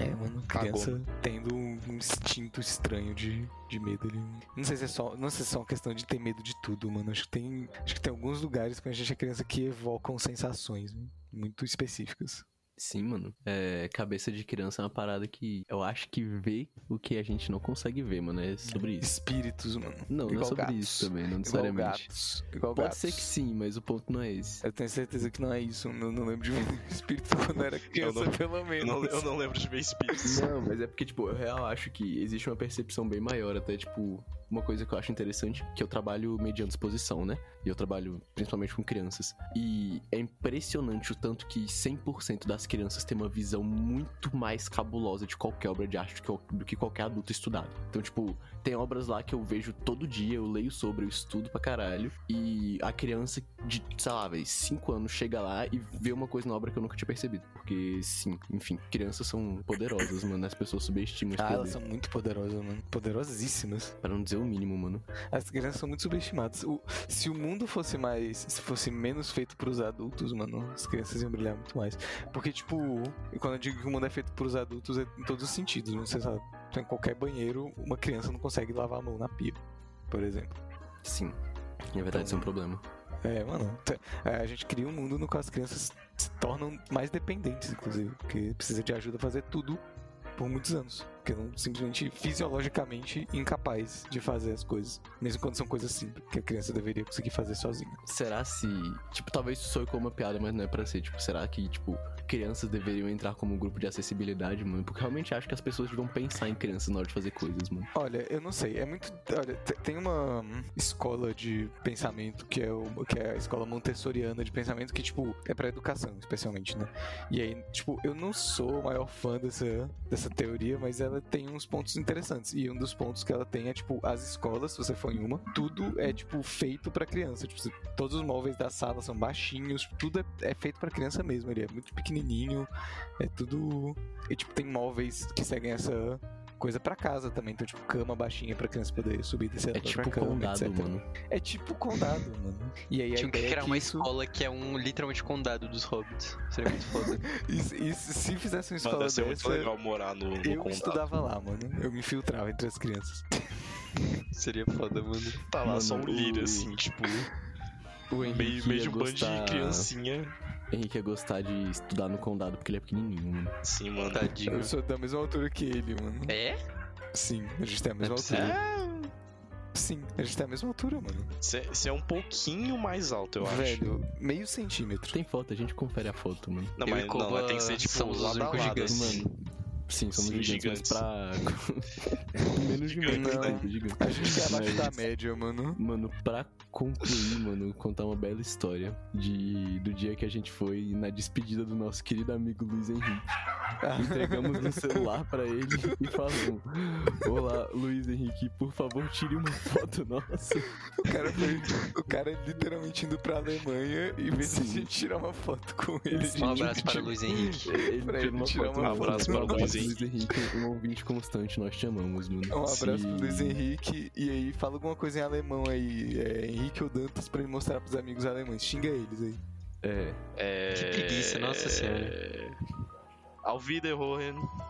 Speaker 2: É, mano,
Speaker 4: cagou,
Speaker 2: criança tendo um um instinto estranho de, de medo ali. Não sei se é só, não sei se é só uma questão de ter medo de tudo, mano. Acho que tem, acho que tem alguns lugares quando a gente é criança que evocam sensações, né, muito específicas.
Speaker 3: Sim, mano. É, cabeça de criança é uma parada que eu acho que vê o que a gente não consegue ver, mano. É sobre isso.
Speaker 2: Espíritos, mano.
Speaker 3: Não, não é
Speaker 2: Igual
Speaker 3: sobre
Speaker 2: gatos.
Speaker 3: isso também, não
Speaker 2: Igual
Speaker 3: necessariamente.
Speaker 2: gatos. Igual
Speaker 3: Pode
Speaker 2: gatos.
Speaker 3: ser que sim, mas o ponto não é esse.
Speaker 2: Eu tenho certeza que não é isso. Não, não lembro de um espírito quando era criança,
Speaker 4: não-
Speaker 2: pelo
Speaker 4: Eu
Speaker 2: menos.
Speaker 4: não, eu não lembro de ver espíritos.
Speaker 3: Não, mas é porque, tipo, eu real acho que existe uma percepção bem maior, até, tipo, uma coisa que eu acho interessante, que eu trabalho mediante exposição, né? E eu trabalho principalmente com crianças. E é impressionante o tanto que 100% das crianças têm uma visão muito mais cabulosa de qualquer obra de arte do que qual- do que qualquer adulto estudado. Então, tipo, tem obras lá que eu vejo todo dia, eu leio sobre, eu estudo pra caralho. E a criança de, sei lá, velho, 5 anos chega lá e vê uma coisa na obra que eu nunca tinha percebido. Porque, sim, enfim, crianças são poderosas, mano. As pessoas subestimam esse
Speaker 2: Ah,
Speaker 3: poder.
Speaker 2: elas são muito poderosas, mano. Poderosíssimas.
Speaker 3: Pra não dizer o mínimo, mano.
Speaker 2: As crianças são muito subestimadas. O- se o mundo fosse mais. Se fosse menos feito pros adultos, mano, as crianças iam brilhar muito mais. Porque, tipo, quando eu digo que o mundo é feito pros adultos, é em todos os sentidos, mano. Você sabe, então, em qualquer banheiro, uma criança não consegue lavar a mão na pia, por exemplo.
Speaker 3: Sim. Na verdade, isso é um problema.
Speaker 2: É, mano. t- é, A gente cria um mundo no qual as crianças se tornam mais dependentes, inclusive. Porque precisa de ajuda a fazer tudo por muitos anos. Porque não simplesmente fisiologicamente incapaz de fazer as coisas. Mesmo quando são coisas simples, que a criança deveria conseguir fazer sozinha.
Speaker 3: Será se. Tipo, talvez isso soe como uma piada, mas não é pra ser. Tipo, será que, tipo, crianças deveriam entrar como um grupo de acessibilidade, mano? Porque eu realmente acho que as pessoas vão pensar em crianças na hora de fazer coisas, mano.
Speaker 2: Olha, eu não sei, é muito. Olha, te- tem uma hum, escola de pensamento que é, o, que é a escola montessoriana de pensamento que, tipo, é pra educação, especialmente, né? E aí, tipo, eu não sou o maior fã dessa, dessa teoria, mas ela tem uns pontos interessantes. E um dos pontos que ela tem é, tipo, as escolas, se você for em uma, tudo é, tipo, feito pra criança. Tipo, você- todos os móveis da sala são baixinhos, tudo é, é feito pra criança mesmo. Ele é muito pequenininho, é tudo. E, tipo, tem móveis que seguem essa coisa pra casa também. Então, tipo, cama baixinha pra criança poder subir e descer
Speaker 3: É
Speaker 2: pra
Speaker 3: tipo
Speaker 2: cama,
Speaker 3: condado,
Speaker 2: etc.
Speaker 3: mano.
Speaker 2: É tipo condado, mano. E aí a
Speaker 1: Tinha um que
Speaker 2: ideia é
Speaker 1: criar uma
Speaker 2: isso,
Speaker 1: escola que é um literalmente condado dos hobbits. Seria muito foda.
Speaker 2: isso, isso- se fizesse uma
Speaker 4: Mano,
Speaker 2: escola
Speaker 4: deve ser
Speaker 2: dessa,
Speaker 4: muito legal morar no, no
Speaker 2: eu
Speaker 4: condado.
Speaker 2: estudava lá, mano. Eu me infiltrava entre as crianças.
Speaker 1: Seria foda, mano.
Speaker 4: Tá lá, só um
Speaker 3: Mano,
Speaker 4: líder,
Speaker 3: o-
Speaker 4: assim, tipo,
Speaker 3: O
Speaker 4: meio, meio de um bando de criancinha.
Speaker 3: Henrique ia gostar de estudar no condado porque ele é pequenininho, mano.
Speaker 4: Sim, mano.
Speaker 1: Tadinho.
Speaker 2: Eu sou da mesma altura que ele, mano.
Speaker 1: É?
Speaker 2: Sim, a gente tem a mesma
Speaker 1: Não é
Speaker 2: altura.
Speaker 1: possível.
Speaker 2: Sim, a gente tem a mesma altura, mano.
Speaker 4: Você é um pouquinho mais alto, eu acho.
Speaker 2: Velho, meio centímetro.
Speaker 3: Tem foto, a gente confere a foto, mano.
Speaker 4: Não,
Speaker 1: Eu
Speaker 4: mas
Speaker 1: e
Speaker 4: não,
Speaker 1: Koba
Speaker 4: mas tem que ser, tipo,
Speaker 1: somos os
Speaker 4: lado a
Speaker 1: únicos
Speaker 4: lado,
Speaker 1: gigantes.
Speaker 4: assim.
Speaker 3: Sim, somos
Speaker 4: Sim,
Speaker 3: gigantes,
Speaker 4: gigantes.
Speaker 3: mas pra. Menos de
Speaker 4: Gigantes,
Speaker 3: meio,
Speaker 2: né?
Speaker 3: né? Gigante.
Speaker 2: A gente é abaixo
Speaker 3: Mas,
Speaker 2: da média, mano.
Speaker 3: Mano, pra concluir, mano, contar uma bela história de, do dia que a gente foi na despedida do nosso querido amigo Luiz Henrique. Entregamos um celular pra ele e falamos: Olá, Luiz Henrique, por favor, tire uma foto nossa.
Speaker 2: O cara foi. O cara é literalmente indo pra Alemanha e ver se a
Speaker 3: Sim.
Speaker 2: gente tirar uma foto com ele.
Speaker 3: Sim.
Speaker 1: Um abraço para o Luiz Henrique.
Speaker 3: Ele
Speaker 2: Pra
Speaker 3: tirou
Speaker 2: ele
Speaker 3: uma
Speaker 2: tirar
Speaker 3: foto.
Speaker 2: uma
Speaker 3: Um abraço
Speaker 2: foto
Speaker 3: para o
Speaker 2: pra
Speaker 3: Luiz
Speaker 4: nós.
Speaker 3: Henrique, um ouvinte constante, nós te amamos, mano.
Speaker 2: Um abraço
Speaker 3: Sim.
Speaker 2: pro Luiz Henrique. E aí, fala alguma coisa em alemão aí, é, Henrique ou Dantas, pra ele mostrar pros amigos alemães. Xinga eles aí.
Speaker 3: É.
Speaker 4: É...
Speaker 1: Que preguiça, nossa senhora.
Speaker 4: Auf Wiederhören.